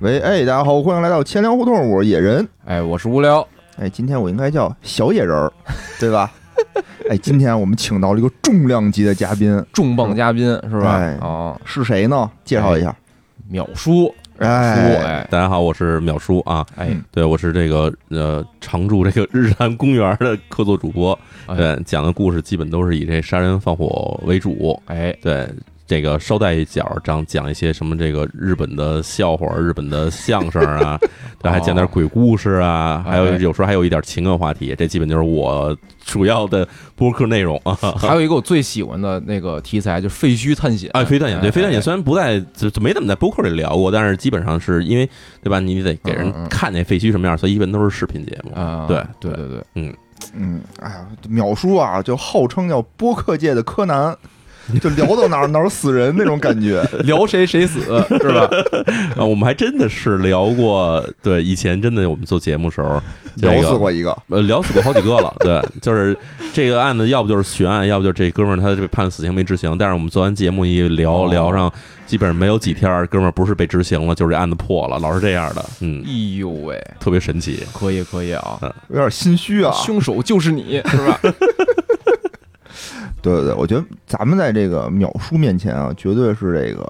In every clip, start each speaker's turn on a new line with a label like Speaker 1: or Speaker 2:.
Speaker 1: 喂，哎，大家好，欢迎来到千聊胡同，我是野人。
Speaker 2: 哎，我是无聊，
Speaker 1: 哎，今天我应该叫小野人 儿，对吧？哎，今天我们请到了一个重量级的嘉宾，
Speaker 2: 重磅嘉宾是吧
Speaker 1: 哎？
Speaker 2: 哦，
Speaker 1: 是谁呢？介绍一
Speaker 2: 哎
Speaker 1: 下。
Speaker 2: 秒叔，叔，
Speaker 1: 哎，
Speaker 2: 哎
Speaker 3: 大家好，我是淼叔啊，
Speaker 2: 哎
Speaker 1: 嗯
Speaker 3: 对我是这个呃常驻这个日坛公园的客座主播，
Speaker 2: 哎
Speaker 3: 对，讲的故事基本都是以这杀人放火为主，
Speaker 2: 哎，
Speaker 3: 对，这个捎带一脚讲讲一些什么这个日本的笑话、日本的相 声啊，对，还讲点鬼故事啊，还有
Speaker 2: 哎
Speaker 3: 有时候还有一点情感话题，这基本就是我主要的播客内容啊。
Speaker 2: 还有一个我最喜欢的那个题材就是废墟探险
Speaker 3: 啊，飞弹眼对飞弹眼
Speaker 2: 哎
Speaker 3: 虽然不在就就没怎么在播客里聊过，但是基本上是因为对吧？你得给人
Speaker 2: 嗯嗯嗯
Speaker 3: 看那废墟什么样，所以一般都是视频节目。
Speaker 2: 啊，
Speaker 3: 对
Speaker 2: 对对对，
Speaker 1: 嗯，哎呀，秒叔啊，就号称叫播客界的柯南，就聊到 哪儿哪儿死人那种感觉。
Speaker 2: 聊谁谁死是吧？
Speaker 3: 啊，我们还真的是聊过，对，以前真的我们做节目时候，这
Speaker 1: 聊
Speaker 3: 个
Speaker 1: 死过一个，
Speaker 3: 呃，聊死过好几个了， 对，就是这个案子，要不就是悬案，要不就是这哥们儿他被判死刑没执行。但是我们做完节目一聊
Speaker 2: 哦
Speaker 3: 聊上，基本上没有几天儿，哥们儿不是被执行了，就是这案子破了，老是这样的，嗯，
Speaker 2: 哎呦喂，
Speaker 3: 特别神奇。
Speaker 2: 可以可以啊，
Speaker 1: 有点心虚啊。
Speaker 2: 凶手就 是你是吧？
Speaker 1: 对对对，我觉得咱们在这个秒叔面前啊，绝对是这个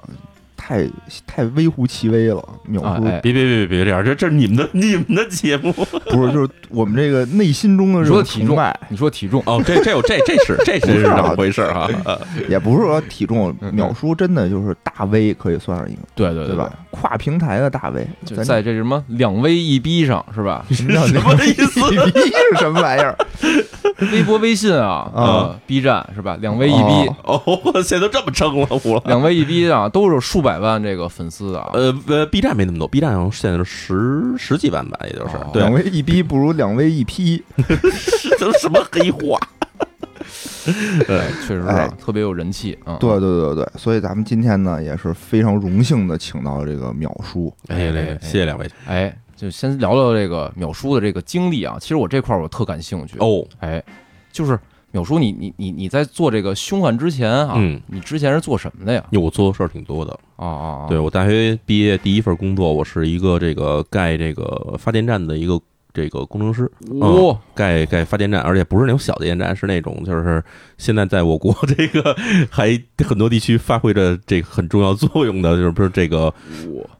Speaker 1: 太太微乎其微了。秒
Speaker 2: 啊
Speaker 1: 叔
Speaker 2: 哎，
Speaker 3: 别别别别别这样，这这是你们的你们的节目
Speaker 1: 不是，就是我们这个内心中的
Speaker 2: 你
Speaker 1: 这
Speaker 2: 说
Speaker 1: 种
Speaker 2: 体
Speaker 1: 崇
Speaker 2: 重
Speaker 1: 拜，，
Speaker 2: 你说体重，
Speaker 3: 哦，这这有这这是这
Speaker 1: 不
Speaker 3: 是
Speaker 1: 是啊
Speaker 3: 怎么回事儿啊？呃
Speaker 1: 也不是说体重
Speaker 2: 嗯，嗯
Speaker 1: 秒叔真的就是大 V 可以算上一个，
Speaker 2: 对对
Speaker 1: 对？吧？跨平台的大 V，
Speaker 2: 就
Speaker 1: 咱
Speaker 2: 在这什么两微一逼上是
Speaker 1: ？
Speaker 2: 吧
Speaker 1: 什么叫
Speaker 3: 什么意思
Speaker 1: B 是什么玩意儿？
Speaker 2: 微博、微信啊，
Speaker 1: 啊
Speaker 2: 呃，B 站是吧？两微一逼
Speaker 1: 哦，
Speaker 3: 哦，我现在都这么称呼了。
Speaker 2: 两微一逼啊，都是有数百万这个粉丝的啊。
Speaker 3: 呃呃，B 站没那么多，B 站好像现在是十十几万吧，也就是、
Speaker 2: 哦
Speaker 3: 对
Speaker 1: 两，位一逼不如两位一批。
Speaker 3: 这都什么黑话？
Speaker 2: 对，确实是
Speaker 1: 哎
Speaker 2: 啊特别有人气啊。
Speaker 1: 对对对对，所以咱们今天呢也是非常荣幸的请到这个秒叔，
Speaker 2: 哎哎
Speaker 3: 谢谢两位
Speaker 2: 哎，就先聊聊这个淼叔的这个经历啊。其实我这块儿我特感兴趣，
Speaker 3: 哦，
Speaker 2: 哎，就是淼叔你，你你你在做这个凶案之前啊，
Speaker 3: 嗯
Speaker 2: 你之前是做什么的呀？
Speaker 3: 因为我做的事儿挺多的。
Speaker 2: 哦哦，哦
Speaker 3: 对，我大学毕业第一份工作，我是一个这个盖这个发电站的一个这个工程师，
Speaker 2: 哇、
Speaker 3: 盖盖发电站，而且不是那种小的电站，是那种就是现在在我国 这个还很多地区发挥着这个很重要作用的，就是不是这个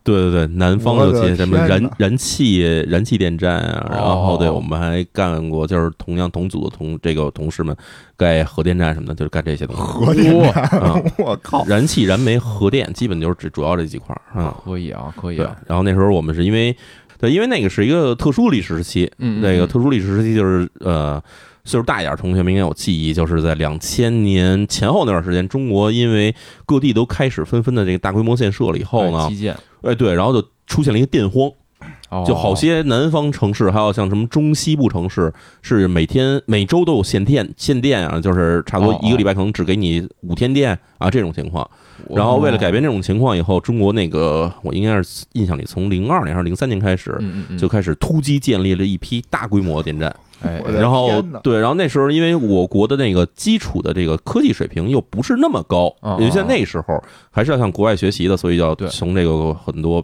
Speaker 3: 对对对，南方
Speaker 1: 我
Speaker 3: 有
Speaker 1: 的
Speaker 3: 些什么
Speaker 1: 天
Speaker 3: 燃
Speaker 1: 哪
Speaker 3: 燃气燃气电站啊，然后对
Speaker 2: 哦
Speaker 3: 我们还干过，就是同样同组的同这个同事们盖核电站什么的，就是干这些东西。
Speaker 1: 核电
Speaker 2: 哇
Speaker 1: 站，我 靠，
Speaker 3: 燃气、燃煤、核电，基本就是只主要这几块儿啊。
Speaker 2: 可以啊，可以
Speaker 3: 对
Speaker 2: 啊，，
Speaker 3: 然后那时候我们是因为，对，因为那个是一个特殊历史时期，
Speaker 2: 嗯，嗯
Speaker 3: 那个
Speaker 2: 嗯
Speaker 3: 特殊历史时期就是呃，岁数大一点儿同学们应该有记忆，就是在两千年前后那段时间，中国因为各地都开始纷纷的这个大规模建设了以后
Speaker 2: 哎
Speaker 3: 呢
Speaker 2: 基，建，
Speaker 3: 哎对，然后就出现了一个电荒，
Speaker 2: 哦
Speaker 3: 就好些南方城市，还有像什么中西部城市，是每天每周都有限电，限电啊，就是差不多
Speaker 2: 哦
Speaker 3: 一个礼拜可能只给你五天电啊这种情况。
Speaker 2: 哇
Speaker 3: 然后为了改变这种情况，以后中国那个我应该是印象里从零二年还是零三年开始，
Speaker 2: 嗯嗯嗯，
Speaker 3: 就开始突击建立了一批大规模的电站。
Speaker 2: 哎
Speaker 1: 我的
Speaker 3: 然后
Speaker 1: 天哪
Speaker 3: 对，然后那时候因为我国的那个基础的这个科技水平又不是那么高
Speaker 2: 嗯，
Speaker 3: 因为在那时候还是要向国外学习的，所以要
Speaker 2: 对
Speaker 3: 从这个很多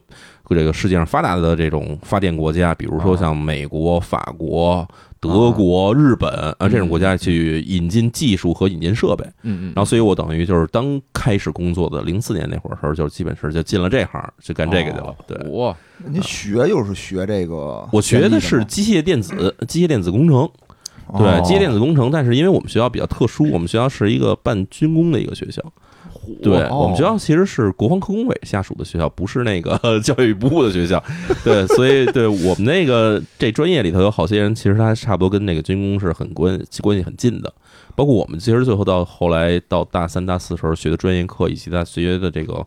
Speaker 3: 这个世界上发达的这种发电国家，比如
Speaker 2: 啊
Speaker 3: 说像美国、法国、德国、日本啊这种国家去引进技术和引进设备。
Speaker 2: 嗯嗯嗯，
Speaker 3: 然后，所以我等于就是当开始工作的零四年那会儿时候，就基本是就进了这行，就干这个去了
Speaker 2: 哦。
Speaker 3: 对，
Speaker 2: 哇，
Speaker 1: 你学又是学这个，
Speaker 3: 我学的是机械电子、机械电子工程。
Speaker 1: 哦
Speaker 3: 对，机械电子工程，但是因为我们学校比较特殊，我们学校是一个半军工的一个学校。对，
Speaker 1: 哦
Speaker 3: 我们学校其实是国防科工委下属的学校，不是那个 教育部的学校。对，所以对我们那个这专业里头有好些人，其实他差不多跟那个军工是很关关系很近的。包括我们其实最后到后来到大三、大四时候学的专业课，以及他学的这个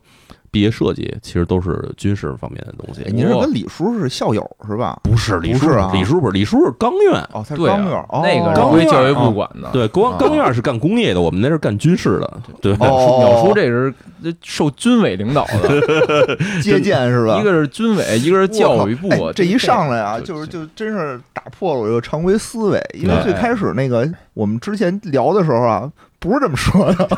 Speaker 3: 毕业设计，其实都是军事方面的东西
Speaker 1: 哎，。您是跟李叔是校友是吧？
Speaker 3: 不是
Speaker 1: 不是啊
Speaker 3: 李叔不是李叔是钢院。
Speaker 1: 哦，他是
Speaker 2: 对啊
Speaker 1: 刚院，哦
Speaker 2: 那个是
Speaker 3: 钢
Speaker 2: 归
Speaker 3: 院
Speaker 2: 教育
Speaker 1: 啊
Speaker 2: 部管的，
Speaker 3: 对，
Speaker 2: 啊
Speaker 3: 钢钢院是干工业的，我们那是干军事的。对，
Speaker 1: 哦
Speaker 2: 淼叔这是这受军委领导的，
Speaker 1: 接见是
Speaker 3: 啊
Speaker 1: 吧？
Speaker 2: 一个是军委，一个是
Speaker 1: 我靠
Speaker 2: 教育部啊
Speaker 1: 哎，，这一上来啊，
Speaker 2: 就
Speaker 1: 就是
Speaker 2: 就
Speaker 1: 就真是打破了我这个常规思维，因为
Speaker 2: 对
Speaker 1: 最开始那个我们之前聊的时候啊，不是这么说的。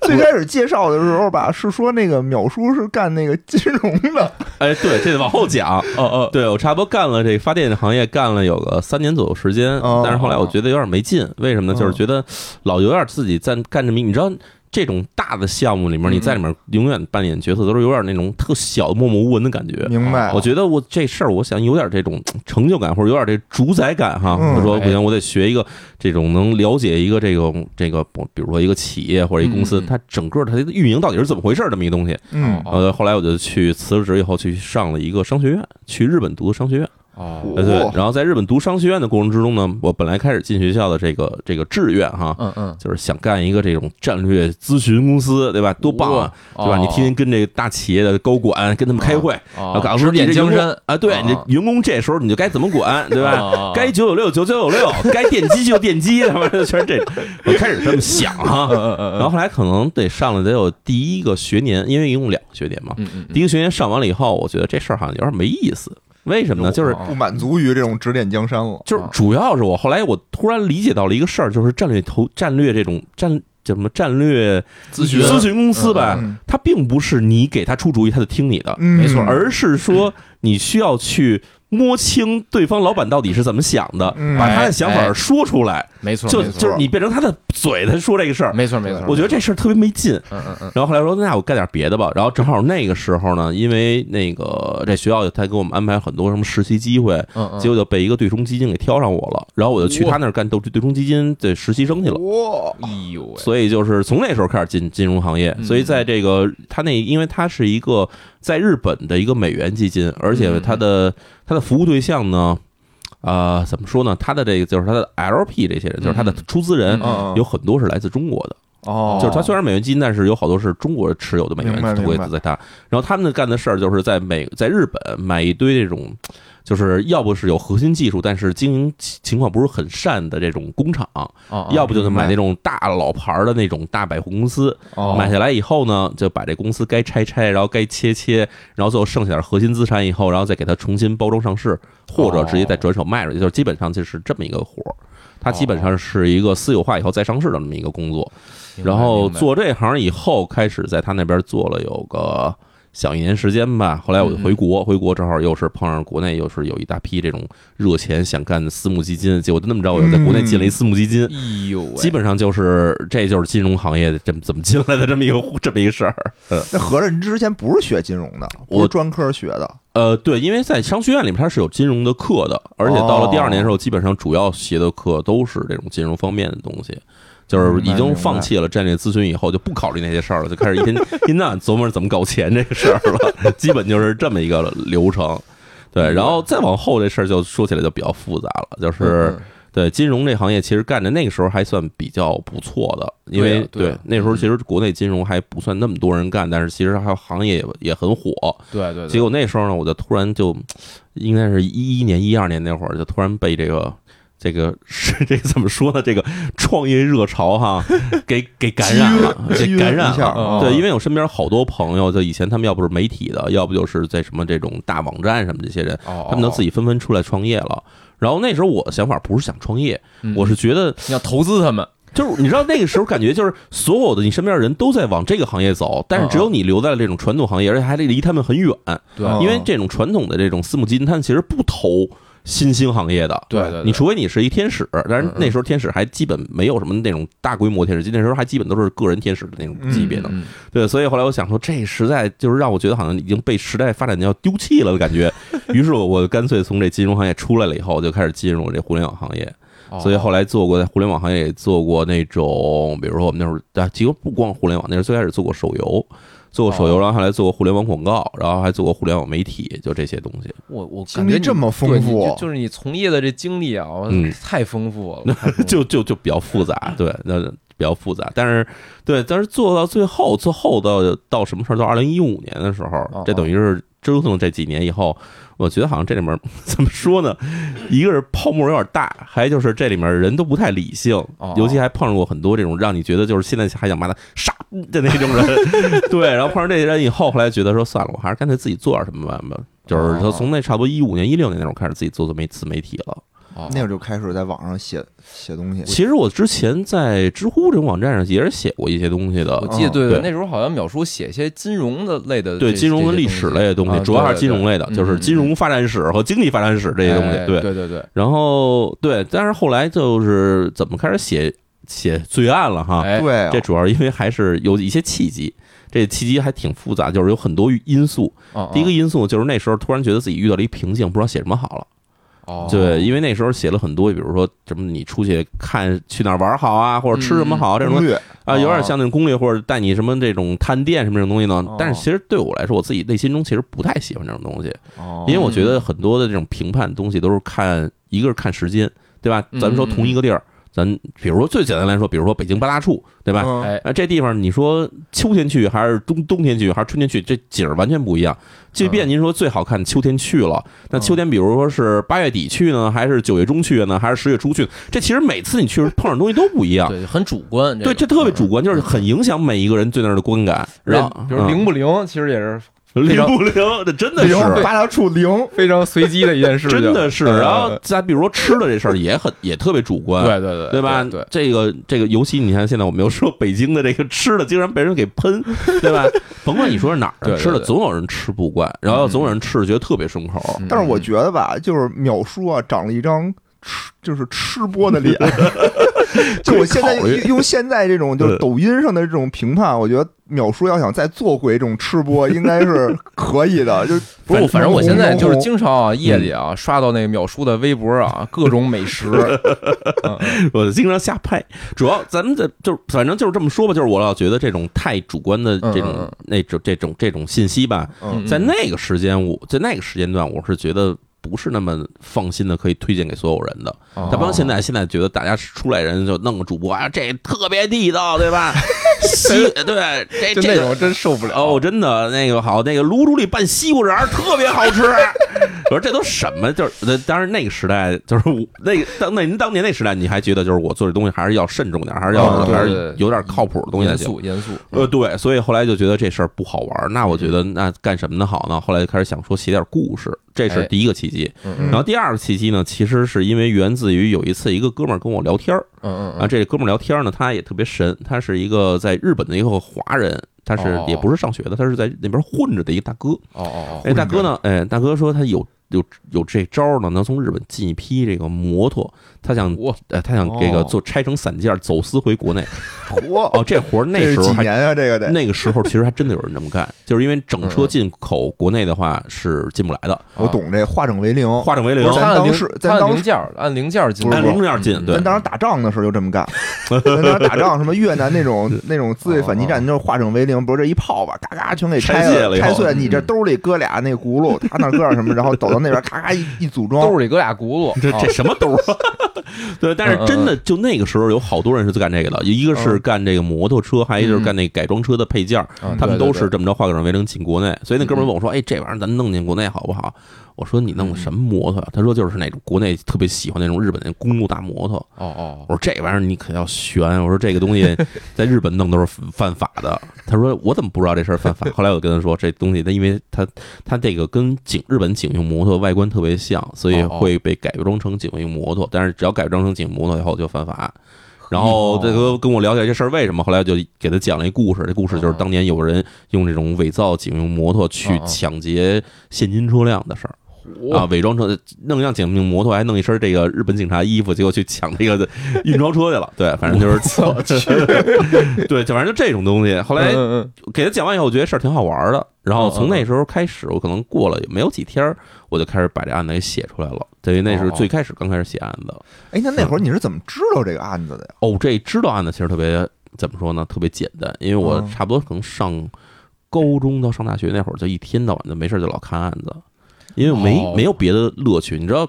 Speaker 1: 最开始介绍的时候吧，是说那个淼叔是干那个金融的，
Speaker 3: 哎，对，这得往后 讲。哦哦，对我差不多干了这个发电行业，干了有个三年左右时间
Speaker 1: 哦，
Speaker 3: 但是后来我觉得有点没劲，为什么呢？
Speaker 1: 嗯
Speaker 3: 就是觉得老有点自己在干这么一，你知道。这种大的项目里面，
Speaker 1: 嗯
Speaker 3: 你在里面永远扮演角色，都是有点那种特小、默默无闻的感觉。
Speaker 1: 明
Speaker 2: 啊
Speaker 1: 白
Speaker 3: 我觉得我这事儿，我想有点这种成就感，或者有点这主宰感哈。
Speaker 1: 嗯
Speaker 3: 我说
Speaker 2: 哎
Speaker 3: 不行，我得学一个这种能了解一个这个这个，比如说一个企业或者一个公司
Speaker 2: 嗯嗯，嗯
Speaker 3: 它整个它的运营到底是怎么回事儿这么一东西。
Speaker 1: 嗯，
Speaker 2: 哦
Speaker 3: 呃，后来我就去辞了职以后，去上了一个商学院，去日本读的商学院。
Speaker 2: 哦，
Speaker 1: 我
Speaker 3: 呃，对
Speaker 1: 哦，
Speaker 3: 然后在日本读商学院的过程之中呢，我本来开始进学校的这个这个志愿哈，
Speaker 2: 嗯嗯，
Speaker 3: 就是想干一个这种战略咨询公司，对吧？多棒啊，
Speaker 2: 哇
Speaker 3: 对吧？
Speaker 2: 哦
Speaker 3: 你天天跟这个大企业的高管跟他们开会，然后
Speaker 2: 哦，
Speaker 3: 告诉
Speaker 2: 指
Speaker 3: 说啊你
Speaker 2: 点
Speaker 3: 这
Speaker 2: 江
Speaker 3: 员工
Speaker 2: 山，
Speaker 3: 啊，对你
Speaker 2: 哦
Speaker 3: 这员工这时候你就该怎么管，对吧？
Speaker 2: 吧
Speaker 3: 该九九六九九九六，该电击就电击，他妈的全是这种。我开始这么想哈，
Speaker 2: 嗯
Speaker 3: 然后后来可能得上了得有第一个学年，因为一共两个学年嘛，
Speaker 2: 嗯嗯嗯，
Speaker 3: 第一个学年上完了以后，我觉得这事儿好像有点没意思。为什么
Speaker 2: 哦
Speaker 3: 呢？就是
Speaker 1: 哦不满足于这种指点江山了，
Speaker 3: 就是，主要是我后来我突然理解到了一个事儿，就是战略投战略这种战叫什么战略
Speaker 2: 咨询
Speaker 3: 咨询公司吧
Speaker 1: 嗯嗯，
Speaker 3: 它并不是你给他出主意，他就听你的，
Speaker 1: 嗯
Speaker 2: 没错
Speaker 3: 而是说你需要去摸清对方老板到底是怎么想的，
Speaker 1: 嗯
Speaker 3: 把他的想
Speaker 2: 哎
Speaker 3: 法
Speaker 2: 哎
Speaker 3: 说出来，
Speaker 2: 没错，
Speaker 3: 就
Speaker 2: 没错
Speaker 3: 就是你变成他的嘴，他说这个事儿。
Speaker 2: 没错没错，
Speaker 3: 我觉得这事儿特别没劲，
Speaker 2: 嗯嗯嗯，
Speaker 3: 然后后来说，那我干点别的吧。然后正好那个时候呢，因为那个这学校他给我们安排很多什么实习机会，
Speaker 2: 嗯嗯，
Speaker 3: 结果就被一个对冲基金给挑上我了。然后我就去他那儿干对对冲基金的实习生去了。
Speaker 1: 嗯哇，
Speaker 2: 哎呦喂，
Speaker 3: 所以就是从那时候开始进金融行业，
Speaker 2: 嗯
Speaker 3: 所以在这个他那，因为他是一个在日本的一个美元基金，而
Speaker 1: 嗯
Speaker 3: 且他的他的服务对象呢，啊、怎么说呢？他的这个就是他的 LP 这些人，就是他的
Speaker 2: 嗯
Speaker 3: 出资人
Speaker 2: 嗯，
Speaker 1: 嗯
Speaker 3: 有很多是来自中国的。
Speaker 1: 哦，
Speaker 3: 就是它虽然美元基金，但是有好多是中国持有的美元
Speaker 1: 明白
Speaker 3: 投
Speaker 1: 明
Speaker 3: 资
Speaker 1: 白
Speaker 3: 在它。然后他们干的事儿就是在美在日本买一堆这种，就是要不是有核心技术，但是经营情情况不是很善的这种工厂，
Speaker 2: 哦
Speaker 3: 要不就是买
Speaker 1: 啊明白
Speaker 3: 那种大老牌儿的那种大百货公司。
Speaker 1: 哦
Speaker 3: 买下来以后呢，就把这公司该拆拆，然后该切切，然后最后剩下点核心资产以后，然后再给它重新包装上市，或者直接再转手卖出
Speaker 1: 哦
Speaker 3: 去，就是基本上就是这么一个活儿。它基本上是一个私有化以后再上市的这么一个工作。然后做这行以后，开始在他那边做了有个小一年时间吧。后来我就
Speaker 1: 嗯
Speaker 3: 回国，回国正好又是碰上国内又是有一大批这种热钱想干的私募基金，结果就那么着，我又在国内进了
Speaker 1: 嗯
Speaker 3: 一私募基金。
Speaker 2: 哎呦喂，
Speaker 3: 基本上就是，这就是金融行业的这么怎么进来的这么一个 这么一个事儿。
Speaker 1: 那合着你之前不是学金融的，不
Speaker 3: 我
Speaker 1: 是专科学的，
Speaker 3: 呃，对，因为在商学院里面它是有金融的课的，而且到了第二年的时候，基本上主要学的课都是这种金融方面的东西，就是已经放弃了战略咨询以后，就不考虑那些事儿了，就开始一天 一天到晚琢磨着怎么搞钱这个事儿了，基本就是这么一个流程。对，然后再往后这事儿就说起来就比较复杂了，就是
Speaker 2: 嗯
Speaker 3: 对金融这行业，其实干的那个时候还算比较不错的，因
Speaker 2: 对
Speaker 3: 为
Speaker 2: 啊对啊
Speaker 3: 那时候其实国内金融还不算那么多人干，但是其实还有行业也也很火，
Speaker 2: 对对，
Speaker 3: 结果那时候呢，我就突然就，应该是一一年、一二年那会儿，就突然被这个这个是这个怎么说呢？这个创业热潮哈，给给感 染了，
Speaker 1: 激
Speaker 3: 给
Speaker 1: 晕
Speaker 3: 感
Speaker 1: 一
Speaker 3: 染
Speaker 1: 下
Speaker 3: 了。
Speaker 2: 啊
Speaker 3: 对，因为我身边好多朋友，就以前他们要不是媒体的，要不就是在什么这种大网站什么这些人，
Speaker 2: 哦，
Speaker 3: 他们都自己纷纷出来创业了。然后那时候我的想法不是想创业，
Speaker 2: 嗯
Speaker 3: 我是觉得
Speaker 2: 你要投资他们，
Speaker 3: 就是你知道那个时候感觉就是所有的你身边的人都在往这个行业走，但是
Speaker 2: 嗯
Speaker 3: 只有你留在了这种传统行业，而且还离他们很远。
Speaker 2: 对
Speaker 1: 哦
Speaker 3: 因为这种传统的这种私募基金，它其实不投新兴行业的。
Speaker 2: 对对，嗯
Speaker 3: 你除非你是一天使，但是那时候天使还基本没有什么那种大规模天使，基金，那时候还基本都是个人天使的那种级别的。
Speaker 2: 嗯，
Speaker 3: 对，所以后来我想说，这实在就是让我觉得好像已经被时代发展要丢弃了的感觉。于是我我干脆从这金融行业出来了以后，我就开始进入这互联网行业。
Speaker 2: 哦嗯
Speaker 3: 所以后来做过在互联网行业也做过那种，比如说我们那时候啊，其实不光互联网，那时候最开始做过手游，做过手游，
Speaker 2: 哦
Speaker 3: 然后后来做过互联网广告，然后还做过互联网媒体，就这些东 西。
Speaker 2: 我哦我
Speaker 1: 经历这么丰富
Speaker 2: 就是你从业的这经历啊，我
Speaker 3: 嗯
Speaker 2: 太丰富了，太丰富了
Speaker 3: 就就就比较复 杂，对，那比较复杂。但是，对，但是做到最后，最后到到什么时候？到二零一五年的时
Speaker 2: 哦
Speaker 3: 候，这等于是折腾这几年以后，我觉得好像这里面怎么说呢？一个是泡沫有点大，还就是这里面人都不太理性
Speaker 2: 哦，
Speaker 3: 尤其还碰上过很多这种让你觉得就是现在还想骂他傻的那种 人，对。然后碰上这些人以后，后来觉得说算了，我还是
Speaker 2: 哦
Speaker 3: 干脆自己做点什么吧。就是说，从那差不多一五年、一六年那时候开始自己做做媒自媒体了，
Speaker 2: 哦
Speaker 1: 那会儿就开始在网上写写东西。
Speaker 3: 其实我之前在知乎这种网站上也是写过一些东西的
Speaker 2: 我，记得，
Speaker 1: 嗯
Speaker 2: 对
Speaker 3: 对
Speaker 2: 那时候好像淼叔写一些金融的类的这，
Speaker 3: 对金融跟历史类的东西，主要还是金融
Speaker 2: 类
Speaker 3: 类的，
Speaker 2: 嗯
Speaker 3: 就是金融发展史和经济发展史这些东西。
Speaker 2: 对
Speaker 3: 对，
Speaker 2: 对对对，
Speaker 3: 然后对，但是后来就是怎么开始写写罪案了哈？
Speaker 2: 哎，
Speaker 1: 对啊，
Speaker 3: 这主要是因为还是有一些契机，这契机还挺复杂，就是有很多因素。
Speaker 1: 哦
Speaker 2: 嗯
Speaker 3: 第一个因素就是那时候突然觉得自己遇到了一瓶颈，不知道写什么好了。
Speaker 2: 哦，
Speaker 3: 对，因为那时候写了很多，比如说什么你出去看去哪儿玩好啊，或者吃什么好啊，这种东
Speaker 1: 攻
Speaker 3: 西
Speaker 1: 略
Speaker 3: 啊，有点像那种攻略或者带你什么这种探店什么这种东西呢
Speaker 1: 哦。
Speaker 3: 但是其实对我来说，我自己内心中其实不太喜欢这种东西，
Speaker 1: 哦
Speaker 3: 因为我觉得很多的这种评判东西都是看一个是看时间，对吧？
Speaker 2: 嗯
Speaker 3: 咱们说同一个地儿，咱比如说最简单来说，比如说北京八大处，对吧？
Speaker 1: 嗯
Speaker 2: 哎，
Speaker 3: 啊，这地方你说秋天去还是冬冬天去还是春天去，这景儿完全不一样。即便您说最好看秋天去了，那秋天比如说是八月底去呢，还是九月中去呢，还是十月初去呢？这其实每次你去碰上东西都不一样。
Speaker 2: 对，很主观，
Speaker 3: 啊对，这特别主观，就是很影响每一个人对那儿的观感。然
Speaker 2: 然
Speaker 3: 后
Speaker 2: 后，比如灵不灵，其实也是
Speaker 3: 嗯
Speaker 2: 非
Speaker 3: 灵
Speaker 2: 常
Speaker 3: 不灵，这真的
Speaker 1: 零
Speaker 3: 是
Speaker 1: 八大处零，
Speaker 2: 非常随机的一件事情，
Speaker 3: 真的是。
Speaker 2: 嗯
Speaker 3: 然后再比如说吃的这事儿也很也特别主观，
Speaker 2: 对对对，
Speaker 3: 对吧？
Speaker 2: 对，
Speaker 3: 这个这个，尤其你看现在我们又说北京的这个吃的，竟然被人给 喷，对吧？甭管你说是哪儿
Speaker 2: 对
Speaker 3: 的
Speaker 2: 对
Speaker 3: 吃的，
Speaker 2: 对
Speaker 3: 总有人吃不惯，然后
Speaker 2: 嗯
Speaker 3: 总有人吃着觉得特别顺口。
Speaker 2: 嗯
Speaker 1: 但是我觉得吧，就是淼叔啊，长了一张吃就是吃播的脸。 就我现在
Speaker 3: 可以考虑嗯
Speaker 1: 用用现在这种就是
Speaker 3: 对
Speaker 1: 抖音上的这种评判，我觉得淼叔要想再做回这种吃播，应该是可以的。就
Speaker 2: 不是，反正我现在就是
Speaker 1: 红
Speaker 2: 经常啊，夜里
Speaker 3: 嗯
Speaker 2: 啊刷到那个淼叔的微博啊，各种美食，嗯
Speaker 3: 我经常瞎拍，主要咱们这就反正就是这么说吧，就是我老觉得这种太主观的
Speaker 2: 嗯
Speaker 3: 这种、
Speaker 2: 嗯
Speaker 3: 那种这种这种信息吧，
Speaker 1: 红
Speaker 2: 嗯
Speaker 3: 在那个时间我在那个时间段，我是觉得。不是那么放心的，可以推荐给所有人的。
Speaker 2: 哦
Speaker 3: 但不像现在，现在觉得大家出来人就弄个主播啊，这特别地道，对吧？西对，这
Speaker 2: 就那
Speaker 3: 这个
Speaker 2: 种真受不了
Speaker 3: 哦，真的那个好，那个卤煮里拌西瓜瓤儿特别好吃。 我说这都什么？就是呃当然那个时代，就是我那个当那您当年那时代，你还觉得就是我做这东西还是要慎重点，还是要、
Speaker 1: 哦对
Speaker 3: 还
Speaker 2: 对
Speaker 3: 是有点靠谱的东西才
Speaker 2: 哦严
Speaker 3: 行。
Speaker 2: 肃严肃，
Speaker 3: 呃，对，所以后来就觉得这事儿不好玩儿。那我觉得
Speaker 2: 嗯
Speaker 3: 那干什么的好呢？后来就开始想说写点故事，这是
Speaker 2: 哎
Speaker 3: 第一个契
Speaker 1: 嗯
Speaker 2: 嗯
Speaker 3: 机。然后第二个契机呢，其实是因为源自于有一次一个哥们儿跟我聊天儿
Speaker 2: 嗯嗯
Speaker 3: 啊，
Speaker 2: 嗯，
Speaker 3: 这哥们儿聊天儿呢，他也特别神，他是一个在日本的一个华人，他是
Speaker 2: 哦
Speaker 3: 也不是上学的，他是在那边混着的一个大哥。
Speaker 2: 哦哦哦，
Speaker 3: 哎，大哥呢？哎，大哥说他有有有这招儿呢，能从日本进一批这个摩托，他想
Speaker 2: 哇
Speaker 3: 呃，他想这个
Speaker 1: 哦
Speaker 3: 做拆成散件儿走私回国内。
Speaker 1: 嚯，
Speaker 3: 哦，这活儿那
Speaker 1: 这是
Speaker 3: 时候
Speaker 1: 几
Speaker 3: 还
Speaker 1: 年啊？这个得
Speaker 3: 那个时候其实还真的有人这么干，就是因为整车
Speaker 2: 嗯
Speaker 3: 进口国内的话是进不来的，
Speaker 1: 我懂这化整为零，
Speaker 3: 化整为零
Speaker 2: 不。是
Speaker 1: 咱
Speaker 2: 他按
Speaker 1: 当
Speaker 2: 零
Speaker 1: 时咱
Speaker 2: 他按
Speaker 1: 当
Speaker 2: 零件儿按零件儿进
Speaker 1: 不
Speaker 2: 来，
Speaker 1: 是不是
Speaker 3: 按零件儿进
Speaker 2: 嗯
Speaker 3: 对
Speaker 1: 咱当时打仗的时候就这么干， 咱当时打仗什么越南那种那种自卫反击战，
Speaker 2: 哦
Speaker 1: 就是化整为零，不是这一炮吧，嘎嘎全给拆
Speaker 3: 拆卸了以后
Speaker 1: 拆碎了。
Speaker 2: 嗯
Speaker 1: 你这兜里搁俩那轱 辘，他那搁点什么，然后走到那边咔咔一一组装
Speaker 2: 兜，里搁俩轱辘，
Speaker 3: 这
Speaker 2: 啊
Speaker 3: 这什么兜儿啊？对，但
Speaker 2: 嗯嗯
Speaker 3: 是真的就那个时候有好多人是干这个的，一个是
Speaker 1: 嗯
Speaker 3: 干这个摩托车，还有一个就是干那改装车的配件儿，
Speaker 2: 嗯
Speaker 3: 啊他们
Speaker 2: 对
Speaker 3: 都
Speaker 2: 对
Speaker 3: 是这么着化整为零进国内。所以那哥
Speaker 2: 嗯
Speaker 3: 们儿问我说：“哎，这玩意儿咱弄进国内好不好？”我说：“你弄的什么摩托呀？”啊他说：“就是那种国内特别喜欢那种日本那公路大摩托。”
Speaker 2: 哦哦
Speaker 3: 我说这玩意儿你可要悬，我说这个东 西在日本弄都是犯法的。他说我怎么不知道这事儿犯法？后来我跟他说这东西，他因为他他这个跟警日本警用摩托外观特别像，所以
Speaker 2: 哦哦
Speaker 3: 会被改装成警用摩托。但是只要改装成警用摩托以后就犯法。然
Speaker 2: 哦
Speaker 3: 后这个跟我了解这事儿为什么，后来就给他讲了一故事。这故事就是
Speaker 2: 嗯
Speaker 3: 当年有人用这种伪造警用摩托去
Speaker 2: 哦哦
Speaker 3: 抢劫现金车辆的事儿。
Speaker 2: 哦，
Speaker 3: 啊，伪装成弄一辆警用摩托，还弄一身这个日本警察衣服，结果去抢这个运装车去了。对，反正就是 对，就反正就这种东西。
Speaker 2: 后
Speaker 3: 后来
Speaker 2: 嗯
Speaker 3: 给他讲完以后，我觉得事儿挺好玩的。然后
Speaker 2: 嗯
Speaker 3: 从
Speaker 2: 嗯
Speaker 3: 那时候开始，我可能过了也没有几天儿，我就开始把这案子给写出来了。等于那是
Speaker 2: 哦哦
Speaker 3: 最开始刚开始写案子。
Speaker 1: 哎，那那会儿你是怎么知道这个案子的呀？
Speaker 3: 哦，这知道案子其实特别怎么说呢？特别简单，因为我
Speaker 1: 嗯
Speaker 3: 差不多可能上高中到上大学那会儿，就一天到晚就没事就老看案子，因为没、
Speaker 2: 哦
Speaker 3: 没有别的乐趣。你知道，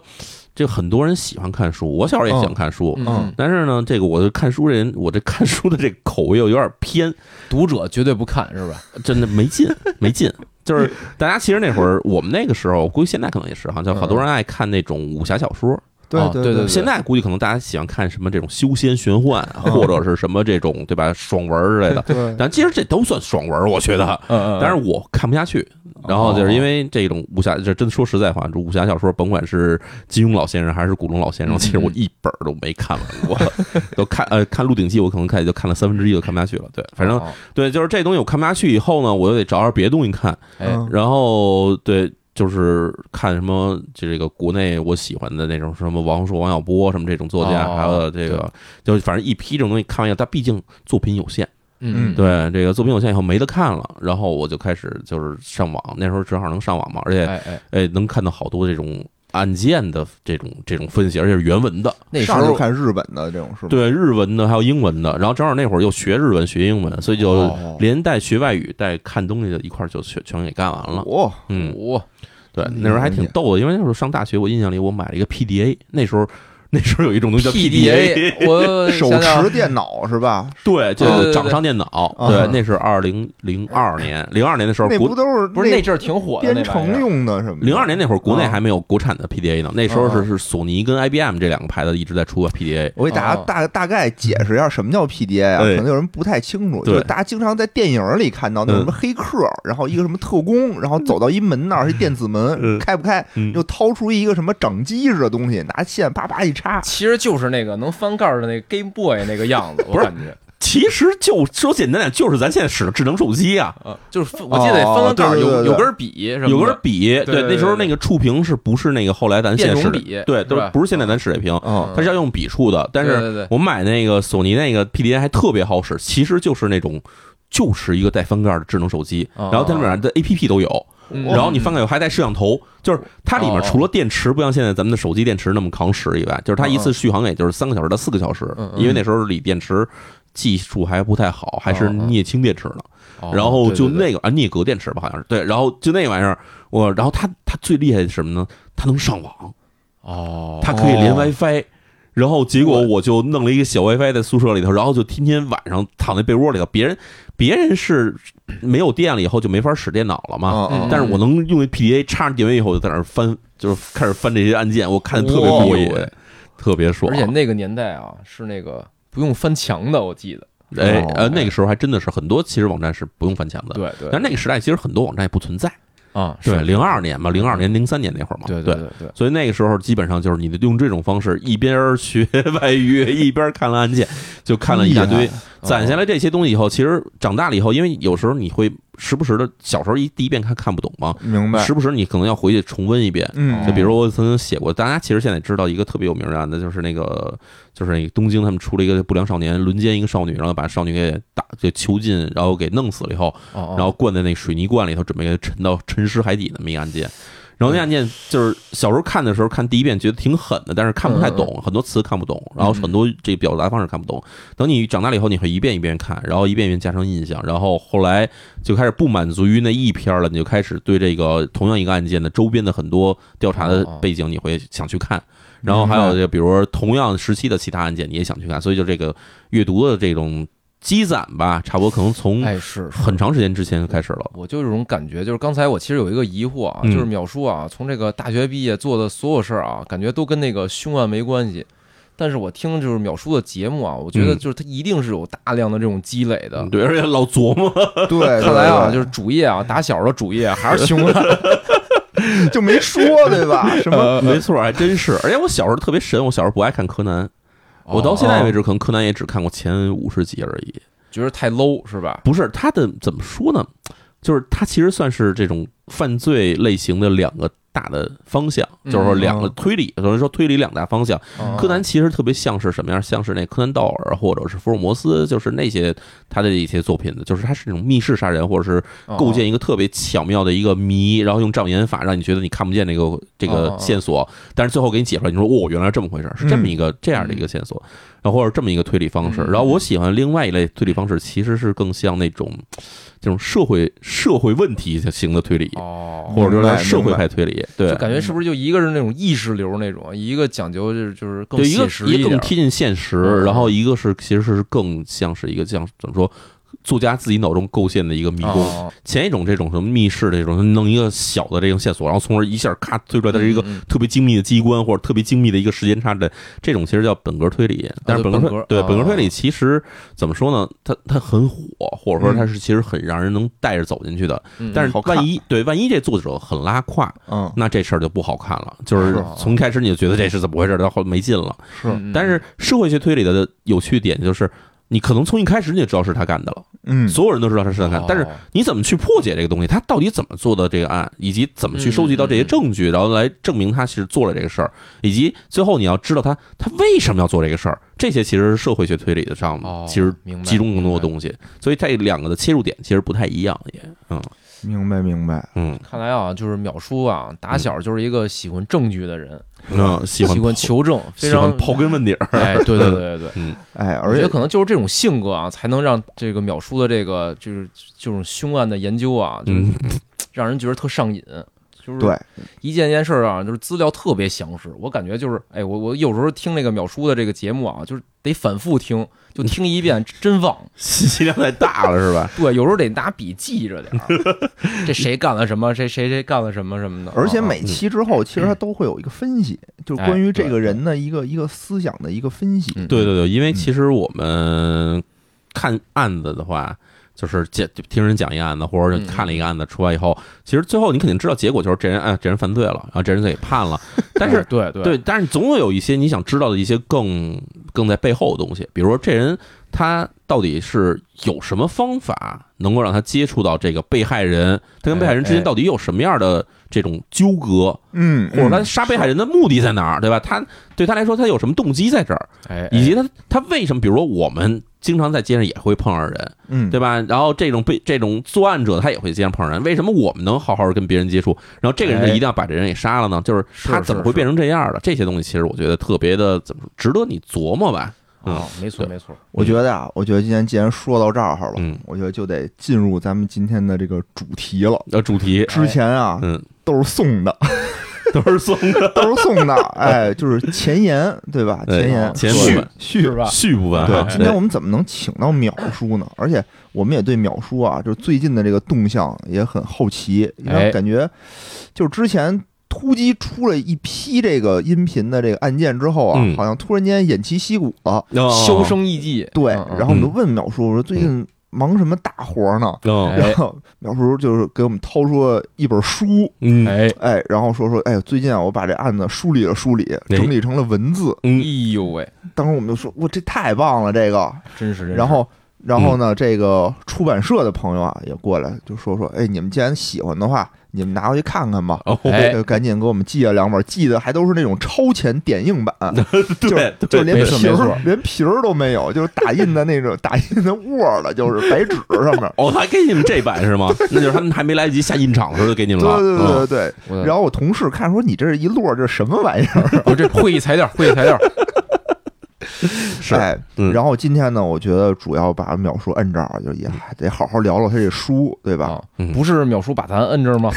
Speaker 3: 这很多人喜欢看书，我小时候也喜欢看书。
Speaker 2: 嗯嗯，
Speaker 3: 但是呢，这个我这看书这人，我这看书的这个口味又有点偏，
Speaker 2: 读者绝对不看是吧？
Speaker 3: 真的没劲，没劲。就是
Speaker 2: 嗯
Speaker 3: 大家其实那会儿，我们那个时候，我估计现在可能也是哈，就好多人爱看那种武侠小说，
Speaker 1: 对
Speaker 2: 啊对
Speaker 1: 对
Speaker 2: 对
Speaker 3: 现在估计可能大家喜欢看什么这种修仙玄幻，啊或者是什么这种对吧爽文之类的。
Speaker 1: 啊对，
Speaker 3: 但其实这都算爽文，我觉得。
Speaker 2: 嗯嗯，
Speaker 3: 但是我看不下去，然后就是因为这种武侠，这真说实在话，这武侠小说，甭管是金庸老先生还是古龙老先
Speaker 1: 嗯
Speaker 3: 生，其实我一本儿都没看完 过， 都看呃看《鹿鼎记》，我可能看也就看了三分之一，就看不下去了。对，反正
Speaker 2: 哦
Speaker 3: 对，就是这东西我看不下去以后呢，我又得找点别的东西看，
Speaker 2: 哎，
Speaker 1: 嗯
Speaker 3: 然后对，就是看什么这个国内我喜欢的那种什么王朔、王小波什么这种作家，
Speaker 2: 哦
Speaker 3: 还有这个就反正一批这种东西看完以后，但毕竟作品有限，
Speaker 2: 嗯嗯，
Speaker 3: 对这个作品有限以后没得看了，然后我就开始就是上网，那时候正好能上网嘛，而且
Speaker 2: 哎哎，
Speaker 3: 哎能看到好多这种案件的这种这种分析，而且是原文的，
Speaker 2: 那时
Speaker 1: 上来就
Speaker 2: 候
Speaker 1: 看日本的这种是吗？
Speaker 3: 对日文的还有英文的，然后正好那会儿又学日文学英文，所以就
Speaker 1: 哦，
Speaker 3: 连带学外语带看东西的一块儿就全全给干完了，
Speaker 2: 哦
Speaker 1: 哇，
Speaker 3: 嗯。
Speaker 2: 我
Speaker 3: 对，
Speaker 1: 嗯
Speaker 3: 那时候还挺逗的，因为那时候上大学，我印象里我买了一个 PDA，那时候那时候有一种东西叫 PDA，
Speaker 2: PDA，我
Speaker 1: 手
Speaker 2: 想想
Speaker 1: 持电脑是吧？
Speaker 3: 对，
Speaker 2: 对哦对
Speaker 3: 就
Speaker 2: 对
Speaker 3: 掌上电脑，
Speaker 1: 啊
Speaker 3: 对，那是二零零二年，零二年的时候
Speaker 1: 那
Speaker 3: 国
Speaker 1: 不都是
Speaker 2: 不是那阵儿挺火的那
Speaker 1: 编
Speaker 2: 玩意
Speaker 1: 程
Speaker 2: 儿，
Speaker 1: 用的什么的？
Speaker 3: 零二年那会儿国内
Speaker 1: 啊
Speaker 3: 还没有国产的 PDA 呢，那时候
Speaker 1: 啊
Speaker 3: 是是索尼跟 IBM 这两个牌子一直在出 PDA，
Speaker 1: 我给大家
Speaker 2: 哦
Speaker 1: 大大概解释一下什么叫 PDA 啊，
Speaker 3: 哎
Speaker 1: 可能有人不太清楚，
Speaker 3: 对
Speaker 1: 就是大家经常在电影里看到
Speaker 2: 嗯
Speaker 1: 那种什么黑客，然后一个什么特工，然后走到一门那儿是电子门，
Speaker 3: 嗯
Speaker 1: 开不开，
Speaker 3: 嗯
Speaker 1: 又掏出一个什么掌机似的东西，拿线叭叭一 插，
Speaker 2: 其实就是那个能翻盖儿的那个 Game Boy 那个样子，我
Speaker 3: 不是
Speaker 2: 感觉
Speaker 3: 其实就说简单点，就是咱现在使的智能手机啊，
Speaker 2: 啊，就是翻我记得得翻翻盖
Speaker 1: 哦
Speaker 2: 儿
Speaker 1: 对对
Speaker 2: 有
Speaker 1: 对
Speaker 2: 有根笔什么的，
Speaker 3: 有根笔，
Speaker 2: 对对对
Speaker 3: 那时候那个触屏是不是那个后来咱现在使
Speaker 2: 电容
Speaker 3: 的
Speaker 2: 笔
Speaker 3: 对，
Speaker 2: 是
Speaker 3: 都
Speaker 2: 吧啊嗯
Speaker 3: 不是现在咱使这屏，
Speaker 1: 哦
Speaker 3: 它是要用笔触的，但
Speaker 2: 对对对
Speaker 3: 是我买那个索尼那个 PDA 还特别好使，其实就是那种就是一个带翻盖的智能手机，
Speaker 2: 哦
Speaker 3: 然后它里面的 APP 都有，
Speaker 2: 嗯
Speaker 3: 然后你翻盖以后还带摄像头，就是它里面
Speaker 2: 哦
Speaker 3: 除了电池不像现在咱们的手机电池那么扛使以外，就是它一次续航也就是三个小时到四个小时
Speaker 2: 嗯，嗯
Speaker 3: 因为那时候锂电池技术还不太好，还是
Speaker 2: 哦哦
Speaker 3: 镍氢电池呢。
Speaker 2: 哦
Speaker 3: 然后
Speaker 2: 对
Speaker 3: 就
Speaker 2: 对对
Speaker 3: 那个啊，镍镉电池吧，好像是对，然后就那玩意儿，我然后它它最厉害的是什么呢？它能上网，
Speaker 2: 哦，
Speaker 3: 它可以连
Speaker 1: 哦
Speaker 3: WiFi。然后结果我就弄了一个小 WiFi 在宿舍里头，然后就天天晚上躺在被窝里头。别人别人是没有电了以后就没法使电脑了嘛，
Speaker 2: 嗯
Speaker 1: 哦哦
Speaker 3: 但是我能用一 PDA 插上电源以后，就在那儿翻，就是开始翻这些按键，我看着特别
Speaker 1: 哇
Speaker 3: 过瘾，特别爽。
Speaker 2: 而且那个年代啊，是那个不用翻墙的，我记得，
Speaker 3: 哎
Speaker 1: 哦
Speaker 3: 呃那个时候还真的是很多其实网站是不用翻墙的，
Speaker 2: 对对
Speaker 3: 但是那个时代其实很多网站也不存在。
Speaker 2: 啊，
Speaker 3: 对，
Speaker 2: 是
Speaker 3: 零二年嘛，零二年、零三年那会儿嘛，
Speaker 2: 对
Speaker 3: 对
Speaker 2: 对哦对，
Speaker 3: 所以那个时候基本上就是你用这种方式一边儿学外语， 一边儿看了案件，就看了一大
Speaker 1: 厉
Speaker 3: 堆
Speaker 1: 害，
Speaker 3: 攒下来这些东西以后，其实长大了以后，因为有时候你会时不时的，小时候一第一遍看看不懂嘛，
Speaker 1: 明白
Speaker 3: 时，不时你可能要回去重温一遍。
Speaker 1: 嗯，
Speaker 3: 就比如我曾经写过，大家其实现在知道一个特别有名的案子，就是那个就是那个东京他们出了一个不良少年轮奸一个少女，然后把少女给打给囚禁，然后给弄死了以后，
Speaker 2: 然
Speaker 3: 然后灌在那水泥罐里头，准备给它沉到沉尸海底的那么一个案件。然后那案件就是小时候看的时候，看第一遍觉得挺狠的，但是看不太懂，很多词看不懂，然后很多这表达方式看不懂。等你长大了以后，你会一遍一遍看，然后一遍一遍加深印象，然后后来就开始不满足于那一篇了，你就开始对这个同样一个案件的周边的很多调查的
Speaker 2: 哦哦
Speaker 3: 背景，你会想去看。然后还有就比如说同样时期的其他案件，你也想去看，所以就这个阅读的这种积攒吧，差不多可能从
Speaker 2: 哎是是
Speaker 3: 很长时间之前就开始了。
Speaker 2: 我就有种感觉，就是刚才我其实有一个疑惑啊，
Speaker 3: 嗯
Speaker 2: 就是淼叔啊，从这个大学毕业做的所有事儿啊，感觉都跟那个凶案没关系。但是我听就是淼叔的节目啊，我觉得
Speaker 3: 嗯
Speaker 2: 就是他一定是有大量的这种积累的。
Speaker 3: 对，而且老琢磨，
Speaker 1: 对，
Speaker 2: 看来啊，
Speaker 1: 对
Speaker 2: 就是主业啊，打小的主业还是凶案。
Speaker 1: 对就没说对吧？什么
Speaker 2: 呃
Speaker 3: 没错，还真是。而且我小时候特别神，我小时候不爱看柯南，我
Speaker 2: 哦
Speaker 3: 到现在为止可能柯南也只看过前五十集而已。
Speaker 2: 觉得太 low 是吧？
Speaker 3: 不是他的怎么说呢？就是他其实算是这种犯罪类型的两个大的方向，
Speaker 2: 嗯
Speaker 3: 就是说两个推理，等于说推理两大方向。
Speaker 2: 嗯
Speaker 3: 柯南其实特别像是什么样？像是那柯南道尔或者是福尔摩斯，就是那些他的一些作品的，就是他是那种密室杀人或者是
Speaker 2: 哦
Speaker 3: 构建一个特别巧妙的一个谜，然后用障眼法让你觉得你看不见这个这
Speaker 2: 哦哦嗯
Speaker 3: 个
Speaker 2: 哦
Speaker 3: 线索，但是最后给你解出来，你说哦，原来是这么回事，是这么一个这样的一个线索，然后或者这么一个推理方式。
Speaker 2: 嗯
Speaker 3: 然后我喜欢另外一类推理方式，其实是更像那种这种社会社会问题型的推理，
Speaker 2: 哦，
Speaker 3: 或者
Speaker 1: 明白
Speaker 3: 说是社
Speaker 1: 明
Speaker 3: 会
Speaker 1: 白
Speaker 3: 派推理，对
Speaker 2: 就。感觉是不是就一个是那种意识流那种，一个讲究就是就是更
Speaker 3: 对，一个
Speaker 2: 写实
Speaker 3: 一
Speaker 2: 一
Speaker 3: 个更
Speaker 2: 点。
Speaker 3: 贴近现实，
Speaker 2: 嗯
Speaker 3: 然后一个是其实是更像是一个像怎么说作家自己脑中构建的一个迷宫。
Speaker 2: 哦
Speaker 3: 前一种这种什么密室这种，弄一个小的这种线索，然后从而一下咔推出来的是一个
Speaker 2: 嗯嗯
Speaker 3: 特别精密的机关或者特别精密的一个时间差的，这种其实叫本格推理。但是
Speaker 2: 对
Speaker 3: 本
Speaker 2: 本
Speaker 3: 格推
Speaker 2: 格
Speaker 3: 对
Speaker 2: 啊
Speaker 3: 本格推理其实怎么说呢？它它很火，或者说它是其实很让人能带着走进去的。
Speaker 2: 嗯
Speaker 3: 但是
Speaker 1: 好看
Speaker 3: 万一对万一这作者很拉胯，
Speaker 1: 嗯，
Speaker 3: 那这事儿就不好看了。就是
Speaker 2: 是
Speaker 3: 从开始你就觉得这是怎么回事，到后没劲了。
Speaker 1: 是
Speaker 2: 啊嗯嗯
Speaker 3: 但是社会学推理的有趣点就是，你可能从一开始你就知道是他干的了，
Speaker 1: 嗯，
Speaker 3: 所有人都知道他是他干的，但是
Speaker 2: 哦
Speaker 3: 你怎么去破解这个东西？他到底怎么做的这个案，以及怎么去收集到
Speaker 2: 嗯
Speaker 3: 这些证据，然后来证明他是做了这个事儿，以及最后你要知道他他为什么要做这个事儿，这些其实是社会学推理的上
Speaker 2: 哦
Speaker 3: 其实
Speaker 2: 明白
Speaker 3: 集中更多
Speaker 2: 明白
Speaker 3: 的东西，所以这两个的切入点其实不太一样，也嗯
Speaker 1: 明白明白，
Speaker 3: 嗯
Speaker 2: 看来啊，就是淼叔啊，打小就是一个喜欢证据的人，
Speaker 3: 嗯，喜欢
Speaker 2: 喜欢
Speaker 3: 刨
Speaker 2: 求 证，非
Speaker 3: 喜欢
Speaker 2: 常
Speaker 3: 刨根问底儿，
Speaker 2: 哎，对对对对对。
Speaker 3: 嗯
Speaker 1: 哎，
Speaker 2: 我
Speaker 1: 而
Speaker 2: 觉
Speaker 1: 且
Speaker 2: 得可能就是这种性格啊，才能让这个淼叔的啊这个就是这种凶案的研究啊，就是
Speaker 3: 嗯
Speaker 2: 让人觉得特上瘾。就是
Speaker 1: 对，
Speaker 2: 一件件事儿啊，就是资料特别详实。我感觉就是，哎，我我有时候听那个淼叔的这个节目啊，就是得反复听，就听一遍真 忘。
Speaker 3: 信息量太大了是
Speaker 1: 啊
Speaker 3: 吧？
Speaker 2: 对，有时候得拿笔记着点儿， 这谁干了什么，谁谁谁干了什么什么的。
Speaker 1: 而且
Speaker 2: 啊嗯哎
Speaker 1: 每期之后，其实它都会有一个分析，就是关于这个人的一个一个思想的一个分析。
Speaker 2: 嗯
Speaker 3: 对对对，因为其实我们看案子的话，就是讲听人讲一案子，或者
Speaker 2: 嗯
Speaker 3: 看了一个案子出来以后，其实最后你肯定知道结果就是这人哎，这人犯罪了，然后这人给 判了。但
Speaker 2: 哎
Speaker 3: 是
Speaker 2: 对对
Speaker 3: 对，但是总有有一些你想知道的一些更更在背后的东西，比如说这人他到底是有什么方法能够让他接触到这个被害人，他跟被害人之
Speaker 2: 哎
Speaker 3: 间
Speaker 2: 哎
Speaker 3: 到底有什么样的这种纠葛，
Speaker 1: 嗯，
Speaker 3: 或者他
Speaker 1: 嗯
Speaker 3: 杀被害人的目的在哪儿，对吧？他对他来说，他有什么动机在这儿？
Speaker 2: 哎，
Speaker 3: 以及他他为什么，比如说我们经常在街上也会碰上人，
Speaker 1: 嗯，
Speaker 3: 对吧？然后这种被这种作案者他也会街上碰上人，为什么我们能好好跟别人接触，然后这个人
Speaker 2: 哎
Speaker 3: 就一定要把这人给杀了呢？就是
Speaker 2: 是
Speaker 3: 他怎么会
Speaker 2: 是
Speaker 3: 变成这样的？这些东西其实我觉得特别的怎么说值得你琢磨吧。嗯
Speaker 2: 哦，没错
Speaker 3: 对
Speaker 2: 没错，
Speaker 1: 我觉得啊，我觉得今天既然说到这儿了，
Speaker 3: 嗯
Speaker 1: 我觉得就得进入咱们今天的这个主题了。
Speaker 3: 呃，主题
Speaker 1: 之前啊，
Speaker 3: 嗯
Speaker 1: 都是送的，
Speaker 3: 都是送的
Speaker 1: 都是 送的，哎，就是前言，对吧？
Speaker 3: 对
Speaker 1: 前言，
Speaker 3: 哎前
Speaker 1: 序
Speaker 3: 部
Speaker 1: 序
Speaker 2: 是？吧？
Speaker 3: 续啊部分
Speaker 1: 对
Speaker 3: 哈，
Speaker 1: 今天我们怎么能请到淼叔呢？而且我们也对淼叔啊，就是最近的这个动向也很好奇，因为
Speaker 2: 哎
Speaker 1: 感觉就是之前突击出了一批这个音频的这个案件之后啊，
Speaker 3: 嗯
Speaker 1: 好像突然间偃旗息鼓了。
Speaker 3: 哦
Speaker 2: 销声匿迹。
Speaker 1: 嗯对，
Speaker 2: 嗯嗯
Speaker 1: 然后我们就问淼叔，我说最近忙什么大活呢？
Speaker 3: 哦
Speaker 2: 哎
Speaker 1: 然后淼叔就是给我们掏出了一本书，
Speaker 3: 嗯
Speaker 2: 哎，
Speaker 1: 哎，然后说说，哎，最近啊，我把这案子梳理了梳理，整理成了文字。
Speaker 2: 哎
Speaker 3: 嗯
Speaker 2: 呦喂，
Speaker 1: 当时我们就说，哇，这太棒了，这个。
Speaker 2: 真是真是。
Speaker 1: 然后，然
Speaker 3: 嗯
Speaker 1: 后呢，这个出版社的朋友啊也过来，就说说，哎，你们既然喜欢的话，你们拿回去看看吧。
Speaker 3: 哦
Speaker 2: 哎
Speaker 1: 就赶紧给我们寄了啊两本，寄的还都是那种超前点映版，就
Speaker 3: 对。
Speaker 1: 就连
Speaker 2: 没错
Speaker 1: 皮
Speaker 2: 没错
Speaker 1: 儿连皮儿都没有，就是打印的那种 打印的 Word，就是白纸上面
Speaker 3: 哦，还给你们这版是吗？那就是他们还没来得及下印场的时候就给你们
Speaker 1: 对
Speaker 3: 了。
Speaker 1: 对对对
Speaker 3: 嗯
Speaker 1: 对。
Speaker 2: 我的
Speaker 1: 然后我同事看说你这是一摞，这是什么玩意儿？
Speaker 2: 我这会议材 料，会议材料，
Speaker 3: 是
Speaker 1: 哎，
Speaker 3: 嗯
Speaker 1: 然后今天呢，我觉得主要把淼叔摁这儿，就也还得好好聊聊他这书，对吧？
Speaker 3: 哦
Speaker 1: 嗯
Speaker 2: 啊不是秒叔把咱摁这 儿吗？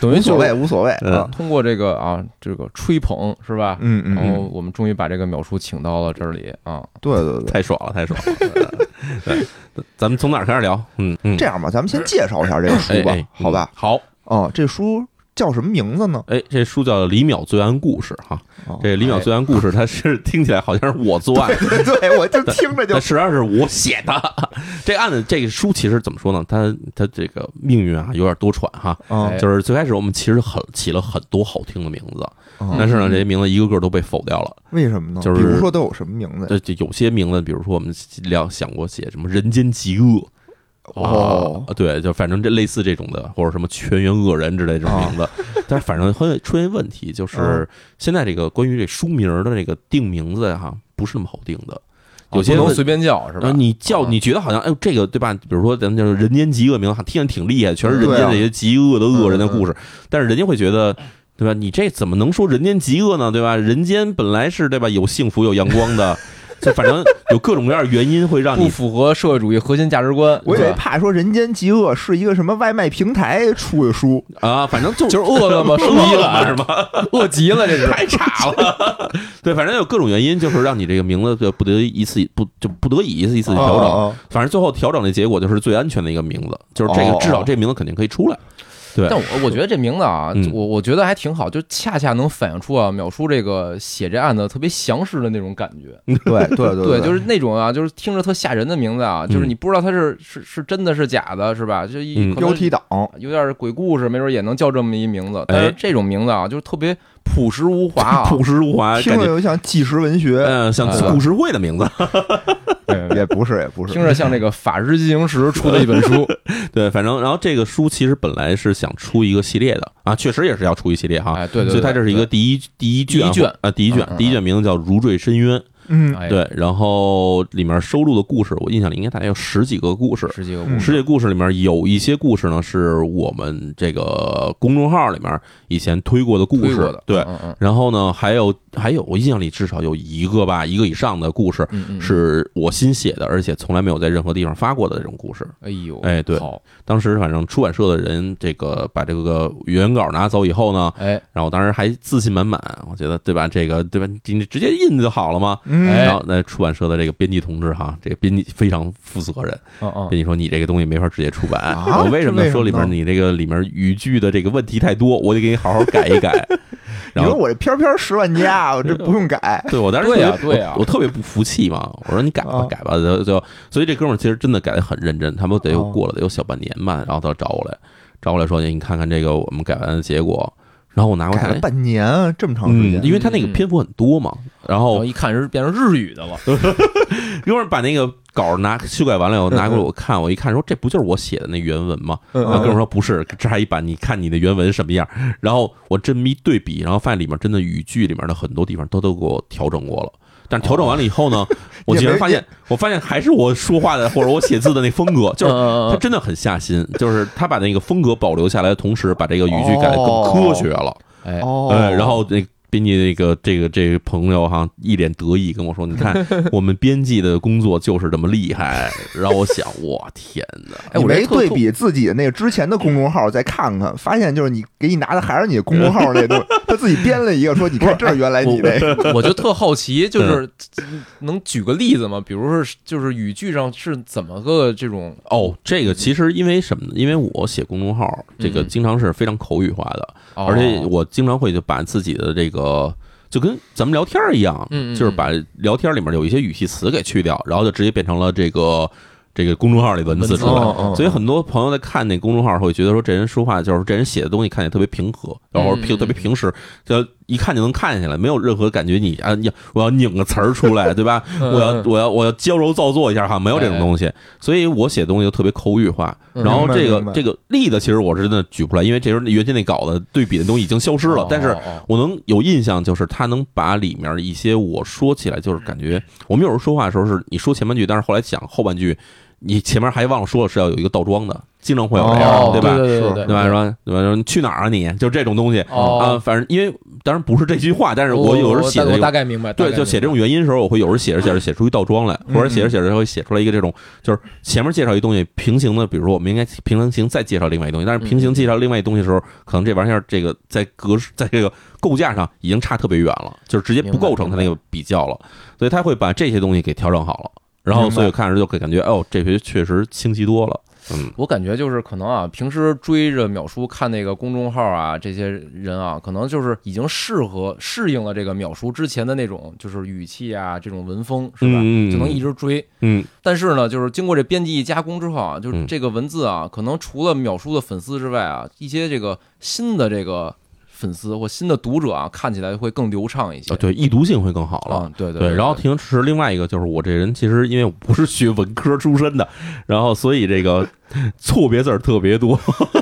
Speaker 2: 等于
Speaker 1: 无所
Speaker 2: 就
Speaker 1: 谓，
Speaker 2: 是
Speaker 1: 无所谓
Speaker 3: 嗯
Speaker 1: 啊。
Speaker 2: 通过这个啊，这个吹捧是吧？
Speaker 1: 嗯嗯
Speaker 2: 然后
Speaker 1: 嗯，
Speaker 2: 我们终于把这个秒叔请到了这里啊，
Speaker 3: 嗯
Speaker 1: 对对对。
Speaker 3: 太爽了，太爽了！ 对，咱们从哪儿开始聊？嗯嗯，
Speaker 1: 这样吧，咱们先介绍一下这个书吧，
Speaker 3: 哎哎
Speaker 1: 好吧？
Speaker 3: 嗯好，
Speaker 1: 哦，这书叫什么名字呢？
Speaker 3: 哎，这书叫《李淼罪案故事》哈。
Speaker 1: 哦
Speaker 3: 这《李淼罪案故事》，它是听起来好像是我作案，
Speaker 1: 对，我就听着就
Speaker 3: 但实际上是我写的。这案子，这个书其实怎么说呢？它它这个命运啊，有点多舛哈。
Speaker 1: 啊
Speaker 2: 哎
Speaker 3: 就是最开始我们其实很起了很多好听的名字，
Speaker 1: 嗯
Speaker 3: 但是呢，这些名字一个个都被否掉了。
Speaker 1: 为什么呢？
Speaker 3: 就是
Speaker 1: 比如说都有什么名字呀？
Speaker 3: 这就有些名字，比如说我们聊想过写什么“人间极恶”，
Speaker 1: 哦
Speaker 3: 啊，，
Speaker 2: 哦
Speaker 3: 对，就反正这类似这种的，或者什么全员恶人之类这种名字，
Speaker 2: 哦
Speaker 3: 但是反正会出现问题，就是
Speaker 1: 嗯
Speaker 3: 现在这个关于这书名儿的这个定名字哈，不是那么好定的，有
Speaker 2: 啊
Speaker 3: 些
Speaker 2: 不能
Speaker 3: 问
Speaker 2: 随便叫是吧
Speaker 3: 呃？你叫
Speaker 2: 啊
Speaker 3: 你觉得好像哎呦这个对吧？比如说咱们就是人间极恶名，好像听着挺厉害，全是人
Speaker 1: 对
Speaker 3: 间
Speaker 1: 啊
Speaker 3: 这些极恶的恶人
Speaker 2: 嗯
Speaker 3: 的故事，但是人家会觉得。对吧？你这怎么能说人间极恶呢？对吧？人间本来是对吧有幸福有阳光的， 就反正有各种各样的原因会让
Speaker 2: 不
Speaker 3: 你
Speaker 2: 符合社会主义核心价值观。
Speaker 1: 我以为
Speaker 2: 对吧
Speaker 1: 怕说《人间极恶》是一个什么外卖平台出的书，
Speaker 3: 啊，反正就
Speaker 2: 就是饿了 吗？生
Speaker 3: 饿
Speaker 2: 逼
Speaker 3: 了
Speaker 2: 了
Speaker 3: 是吗？
Speaker 2: 饿极了，这是
Speaker 3: 太差了。对，反正有各种原因，就是让你这个名字就不得一次不就不得已一次一次去调整。
Speaker 1: 啊
Speaker 2: 哦
Speaker 1: 啊
Speaker 3: 反正最后调整的结果就是最安全的一个名字，就是这
Speaker 1: 哦
Speaker 3: 个至少这名字肯定可以出来。对
Speaker 2: 但我我觉得这名字啊，
Speaker 3: 嗯
Speaker 2: 我我觉得还挺好，就恰恰能反映出啊，淼叔这个写这案子特别详实的那种感觉。
Speaker 3: 嗯
Speaker 1: 对 对对
Speaker 2: 对，就是是那种啊，就是听着特吓人的名字啊，就是你不知道他是是是真的是假的，是吧？就一
Speaker 3: 嗯
Speaker 2: 可能
Speaker 1: 标题党，
Speaker 2: 有点鬼故事，没准也能叫这么一名字。但是
Speaker 3: 哎
Speaker 2: 这种名字啊，就是特别朴实无华啊。
Speaker 3: 朴实无华，
Speaker 1: 听
Speaker 3: 感
Speaker 1: 着
Speaker 3: 觉
Speaker 1: 就像纪实文学，哎
Speaker 3: 嗯、像
Speaker 2: 哎对
Speaker 3: 故事会的名字。
Speaker 2: 对
Speaker 1: 也不是也不
Speaker 2: 听
Speaker 1: 是，
Speaker 2: 着像那个《法制进行时》出的一本书，
Speaker 3: 对，反正然后这个书其实本来是想出一个系列的啊，确实也是要出一系列哈。
Speaker 2: 哎，对对对，
Speaker 3: 所以它这是一个第一第一
Speaker 2: 第
Speaker 3: 卷
Speaker 2: 一卷
Speaker 3: 啊，第一卷
Speaker 2: 嗯嗯嗯
Speaker 3: 第一卷名字叫《如坠深渊》，
Speaker 1: 嗯
Speaker 2: 对，哎
Speaker 3: 对，然后里面收录的故事，我印象里应该大概有十几个故事，
Speaker 2: 十几个
Speaker 1: 嗯
Speaker 2: 故事，
Speaker 3: 十几个故事里面有一些故事呢是我们这个公众号里面以前推过的故
Speaker 2: 推过
Speaker 3: 事
Speaker 2: 的，，
Speaker 3: 对。
Speaker 2: 嗯嗯
Speaker 3: 然后呢，还有还有，我印象里至少有一个吧，一个以上的故事
Speaker 2: 嗯嗯，
Speaker 3: 是我新写的，而且从来没有在任何地方发过的这种故事。
Speaker 2: 哎呦，
Speaker 3: 哎对
Speaker 2: 好，
Speaker 3: 当时反正出版社的人这个把这个原稿拿走以后呢，
Speaker 2: 哎，
Speaker 3: 然后我当时还自信满满，我觉得对吧？这个对吧？你你直接印就好了嘛。
Speaker 2: 哎
Speaker 1: 嗯，
Speaker 3: 然后那出版社的这个编辑同志哈，这个编辑非常负责任，
Speaker 2: 嗯嗯，
Speaker 3: 编辑说你这个东西没法直接出版。
Speaker 1: 啊
Speaker 3: 我为什
Speaker 1: 这为什
Speaker 3: 么
Speaker 1: 么
Speaker 3: 说里面
Speaker 1: 呢
Speaker 3: 你这个里面语句的这个问题太多，我得给你好好改一改。
Speaker 1: 你
Speaker 3: 然
Speaker 1: 说
Speaker 3: 后
Speaker 1: 我这片儿片儿十万加，我这不用改，
Speaker 3: 对我当时
Speaker 2: 对
Speaker 3: 特
Speaker 2: 啊
Speaker 3: 别
Speaker 2: 对啊
Speaker 3: 我我特别不服气嘛，我说你改吧
Speaker 1: 啊
Speaker 3: 改吧，就就所以这哥们儿其实真的改的很认真，他们得有
Speaker 1: 哦
Speaker 3: 过了得有小半年吧，然后他找我来找我来说哎你看看这个我们改完的结果，然后我拿过
Speaker 1: 改
Speaker 3: 来
Speaker 1: 了。半年啊这么长时
Speaker 3: 嗯，
Speaker 1: 间，
Speaker 3: 因为他那个篇幅很多嘛，然
Speaker 2: 然后
Speaker 3: 后
Speaker 2: 一看是变成日语的了，
Speaker 3: 一会儿把那个稿拿修改完了以后拿过来我看，我一看说这不就是我写的那原文吗？
Speaker 1: 嗯
Speaker 3: 然后
Speaker 1: 嗯
Speaker 3: 跟我说不是，这还一版，你看你的原文什么样？然后我这么一对比，然后发现里面真的语句里面的很多地方都都给我调整过了。但是调整完了以后呢，我竟然发现，我发现还是我说话的或者我写字的那风格， 就是他
Speaker 2: 是
Speaker 3: 真的很下心，就是他把那个风格保留下来的同时，把这个语句改得更科学了。
Speaker 2: 哎，
Speaker 1: 哦，
Speaker 3: 哎，然后那编辑那个这个这个朋友哈，一脸得意跟我说：“你看，我们编辑的工作就是这么厉害。”然后我想，我天哪！
Speaker 2: 哎，
Speaker 1: 你
Speaker 2: 我
Speaker 1: 没
Speaker 2: 这特
Speaker 1: 对，比自己的那个之前的公众号再看看，发现就是你给你拿的还是你的公众号那东 西，他自己编了一个说，你看这是原来你那个，
Speaker 2: 特我就特好奇，
Speaker 3: 嗯
Speaker 2: 就是能举个例子吗？比如说，就是语句上是怎么个这种
Speaker 3: 哦，这个其实因为什么呢？因为我写公众号，这个
Speaker 2: 嗯
Speaker 3: 经常是非常口语化的，
Speaker 2: 哦
Speaker 3: 而且我经常会就把自己的这个。就跟咱们聊天一样，
Speaker 2: 嗯嗯
Speaker 3: 就是把聊天里面有一些语气词给去掉，然后就直接变成了这个这个公众号里文
Speaker 2: 文
Speaker 3: 字
Speaker 2: 字
Speaker 3: 出来。
Speaker 1: 哦哦
Speaker 3: 所以很多朋友在看那公众号会觉得说，这人说话就是这人写的东西看起来特别平和，然后
Speaker 2: 嗯
Speaker 3: 平特别平时，就一看就能看下来，没有任何感觉你啊，你我要拧个词儿出来，对吧？
Speaker 2: 嗯
Speaker 3: 我要
Speaker 2: 嗯哎
Speaker 3: 我要我要矫揉造作一下哈，没有这种东西。所以我写东西就特别口语化。
Speaker 2: 嗯
Speaker 3: 然后这
Speaker 1: 明
Speaker 3: 个
Speaker 1: 白
Speaker 3: 这个例子其实我是真的举不出来，因为这时候原先那稿子对比的东西已经消失了
Speaker 2: 哦，
Speaker 3: 但是
Speaker 2: 哦哦
Speaker 3: 我能有印象，就是他能把里面一些我说起来，就是感觉我们有时候说话的时候是你说前半句，但是后来想后半句，你前面还忘了说了是要有一个倒装的，经常会有这样，
Speaker 2: 哦
Speaker 3: 哎对
Speaker 2: 对
Speaker 3: 吧？
Speaker 2: 对
Speaker 1: 是
Speaker 2: 对
Speaker 3: 对吧？说对吧？说你去哪儿啊你？就这种东西啊、
Speaker 2: 哦
Speaker 3: 反正因为当然不是这句话，但是我有时候写
Speaker 2: 我大
Speaker 3: 的
Speaker 2: 我
Speaker 3: 这
Speaker 2: 大
Speaker 3: 种。
Speaker 2: 概明白，嗯
Speaker 3: 对，
Speaker 2: 大概
Speaker 3: 就写这
Speaker 2: 明
Speaker 3: 种原因的时候，我会有时候写着写着写出一倒装来，或者写着写着会写出来一个这种，就是前面介绍一东西平行的，比如说我们应该平行再介绍另外一东西，但是
Speaker 2: 嗯
Speaker 3: 平行介绍另外一东西的时候，可能这玩意儿这个在格式在这个构架上已经差特别远了，就是直接不构成它那个比较了，所以他会把这些东西给调整好了，然后
Speaker 1: 明白
Speaker 3: 所以我看着就感觉哦，这回确实清晰多了，嗯
Speaker 2: 白。我感觉就是可能啊，平时追着淼叔看那个公众号啊，这些人啊，可能就是已经适合适应了这个淼叔之前的那种就是语气啊，这种文风是吧？
Speaker 3: 嗯嗯嗯
Speaker 2: 就能一直追。
Speaker 3: 嗯，
Speaker 2: 但是呢，就是经过这编辑一加工之后啊，就是
Speaker 3: 嗯
Speaker 2: 这个文字啊，可能除了秒叔的粉丝之外啊，一些这个新的这个粉丝或新的读者啊，看起来会更流畅一些
Speaker 3: 啊。对，易读性会更好了，
Speaker 2: 啊，对对
Speaker 3: 对，然后停是另外一个，就是我这人其实因为我不是学文科出身的，然后所以这个错别字儿特别多。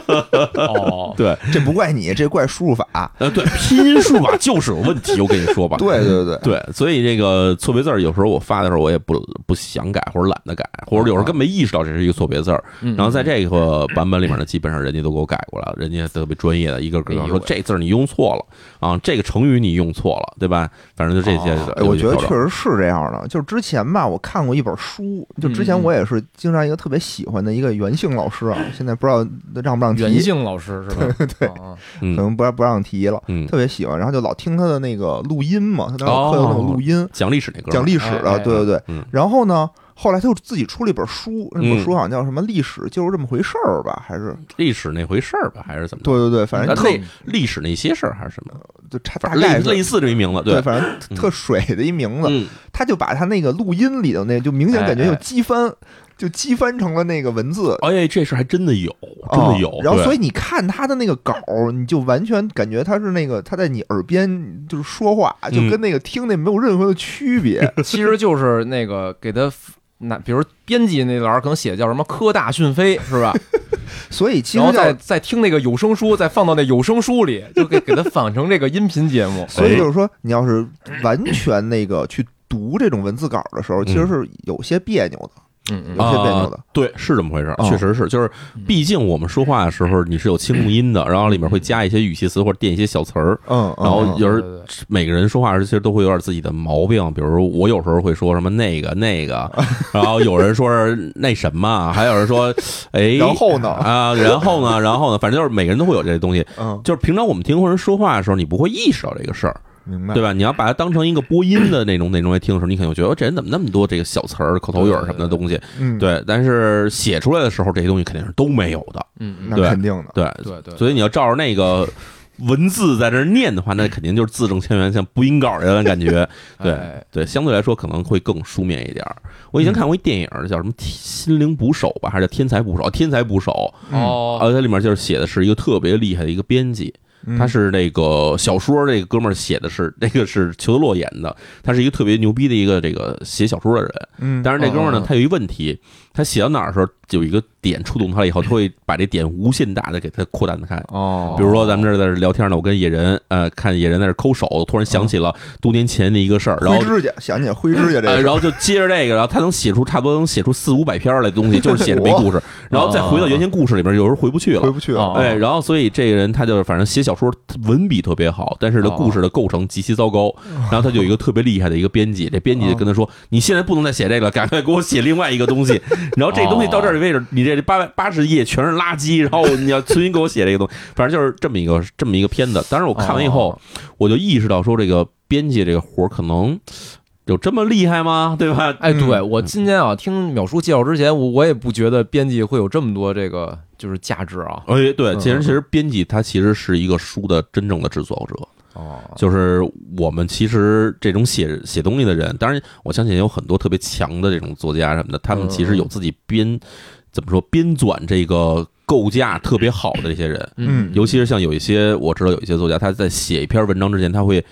Speaker 2: 哦，
Speaker 3: 对，
Speaker 1: 这不怪你，这怪输入 法。
Speaker 3: 呃，对，拼音输入法就是有问题，我跟你说吧。
Speaker 1: 对对
Speaker 2: 嗯
Speaker 1: 对，
Speaker 3: 对，所以这个错别字儿，有时候我发的时候，我也不不想改，或者懒得改，或者有时候根本没意识到这是一个错别字儿。
Speaker 2: 嗯
Speaker 3: 然后在这个版本里面呢，基本上人家都给我改过了，人家特别专业的，一个个
Speaker 2: 哎
Speaker 3: 跟我
Speaker 2: 呦
Speaker 3: 说
Speaker 2: 喂
Speaker 3: 这字儿你用错了啊，这个成语你用错了，对吧？反正就这些
Speaker 2: 哦，
Speaker 1: 哎我觉得
Speaker 3: 有
Speaker 1: 确
Speaker 3: 一些调整
Speaker 1: 实是这样的。就是之前吧，我看过一本书，就之前
Speaker 2: 嗯嗯
Speaker 1: 我也是经常一个特别喜欢的一个袁姓老师啊，现在不知道让不让提，
Speaker 2: 袁姓老师是 吧？对，啊
Speaker 1: 可能不不让提了，
Speaker 3: 嗯，
Speaker 1: 特别喜欢。然后就老听他的那个录音嘛，他当时有课有那种
Speaker 2: 哦
Speaker 1: 录音，
Speaker 3: 讲历史那歌，
Speaker 1: 讲历史
Speaker 2: 哎哎
Speaker 1: 的，对对对
Speaker 3: 嗯。
Speaker 1: 然后呢，后来他又自己出了一本书，那本
Speaker 3: 嗯
Speaker 1: 书好像叫什么《历史就是这么回事儿》吧，还是
Speaker 3: 历史那回事儿吧，还是怎么着？
Speaker 1: 对对对，反
Speaker 3: 啊
Speaker 1: 正特
Speaker 3: 那历史那些事儿还是什么？
Speaker 1: 就差
Speaker 3: 反
Speaker 1: 大
Speaker 3: 正类
Speaker 1: 概是
Speaker 3: 类似这一名字，
Speaker 1: 对，，反正
Speaker 3: 嗯
Speaker 1: 特水的一名字。
Speaker 3: 嗯，
Speaker 1: 他就把他那个录音里头那就明显感觉
Speaker 2: 哎
Speaker 1: 就
Speaker 2: 哎
Speaker 1: 击翻，就击翻成了那个文字，
Speaker 3: 哎，这事儿还真的有，哦真的有
Speaker 1: 啊。然后所
Speaker 3: 以
Speaker 1: 以你看他的那个稿儿，你就完全感觉他是那个他在你耳边就是说话，就
Speaker 3: 嗯
Speaker 1: 跟那个听那没有任何的区别。
Speaker 2: 其实就是那个给他。那比如编辑那栏儿可能写叫什么科大讯飞是吧？
Speaker 1: 所以其
Speaker 2: 然
Speaker 1: 实
Speaker 2: 后
Speaker 1: 叫
Speaker 2: 再再听那个有声书，再放到那有声书里，就给给它仿成这个音频节 目。
Speaker 3: 哎
Speaker 1: 所以就是说，你要是完全那个去读这种文字稿儿的时候，
Speaker 3: 嗯
Speaker 1: 其实是有些别扭的。
Speaker 2: 嗯嗯
Speaker 1: 有些别扭的
Speaker 3: 啊对，是这么回事儿，
Speaker 1: 哦
Speaker 3: 确实是，就是毕竟我们说话的时候你是有轻重音 的，然后里面会加一些语气词或者垫一些小词儿。
Speaker 1: 嗯，嗯
Speaker 3: 然后
Speaker 1: 嗯
Speaker 3: 有
Speaker 2: 对对
Speaker 3: 人每个人说话时其实都会有点自己的毛病，比如我有时候会说什么那个那个， 然后有人说是那什么，还有人说 哎，
Speaker 1: 然后呢，
Speaker 3: 啊，然后呢，然后呢，反正就是每个人都会有这些东西。
Speaker 1: 嗯，
Speaker 3: 就是平常我们听人说话的时候，你不会意识到这个事儿，
Speaker 1: 明白
Speaker 3: 对。吧？你要把它当成一个播音的那种内容来听的时候，你可能会觉得哦这人怎么那么多这个小词儿、口头语儿什么的东西。
Speaker 1: 嗯，，
Speaker 3: 对，但是写出来的时候，这些东西肯定是都没有的。
Speaker 2: 嗯嗯
Speaker 1: 那
Speaker 3: 对
Speaker 1: 肯定的。
Speaker 3: 对，
Speaker 2: 对对，
Speaker 3: 所以你要照着那个文字在这儿念的话，那肯定就是字正腔圆，像播音稿一样的感觉。对
Speaker 2: 哎
Speaker 3: 对，相对来说可能会更书面一点儿。我以前看过一电影儿，叫什么《心灵捕手》吧，还是叫《天才捕手》？《天才捕手》
Speaker 2: 哦，
Speaker 3: 呃，它里面就是写的是一个特别厉害的一个编辑，
Speaker 1: 嗯
Speaker 3: 他是那个小说这个哥们儿写的是那个是裘德洛演的，他是一个特别牛逼的一个这个写小说的人。
Speaker 1: 嗯，
Speaker 3: 但是这哥们
Speaker 2: 嗯
Speaker 3: 儿
Speaker 2: 嗯
Speaker 3: 呢
Speaker 2: 嗯，
Speaker 3: 他有一问题，他写到哪儿的时候有一个点触动他了以后，他会把这点无限大的给他扩展开。
Speaker 1: 哦
Speaker 3: 比如说咱们这儿在这聊天呢，我跟野人呃看野人在这抠手，突然想起了多年前的一个事儿，然
Speaker 1: 灰
Speaker 3: 后
Speaker 1: 指甲，想起来灰指甲这
Speaker 3: 呃，
Speaker 1: 个，
Speaker 3: 然后就接着这个，然后他能写出差不多能写出四五百篇儿来的东西，就是写着没 故
Speaker 1: 哦
Speaker 3: 事，然后再回到原先故事里边，有时候回不去了
Speaker 1: 回。不去了。
Speaker 2: 哦
Speaker 3: 哎，然后所以这个人他就是反正写小说文笔特别好，但是呢
Speaker 2: 哦
Speaker 3: 故事的构成极其糟糕。然后他就有一个特别厉害的一个编辑，这编辑就跟
Speaker 2: 哦
Speaker 3: 他说：“你现在不能再写这个了，赶快给我写另外一个东西。”然后这
Speaker 2: 哦
Speaker 3: 东西到这儿为止，你这八百八十页全是垃圾，然后你要重新给我写这个东西，反正就是这么一个这么一个片子。当时我看完以
Speaker 2: 哦
Speaker 3: 后，我就意识到说这个编辑这个活儿可能有这么厉害吗？对吧？
Speaker 2: 哎，
Speaker 1: 嗯
Speaker 2: 对我今天啊听淼叔介绍之前，我我也不觉得编辑会有这么多这个就是价值啊。
Speaker 3: 哎，对，其
Speaker 2: 嗯
Speaker 3: 实其实编辑他其实是一个书的真正的制作者，
Speaker 2: 哦，
Speaker 3: 就是我们其实这种写写东西的人，当然我相信有很多特别强的这种作家什么的，他们
Speaker 2: 嗯
Speaker 3: 其实有自己编怎么说编纂这个构架特别好的这些人，
Speaker 1: 嗯
Speaker 3: 尤其是像有一些我知道有一些作家，他在写一篇文章之前，他会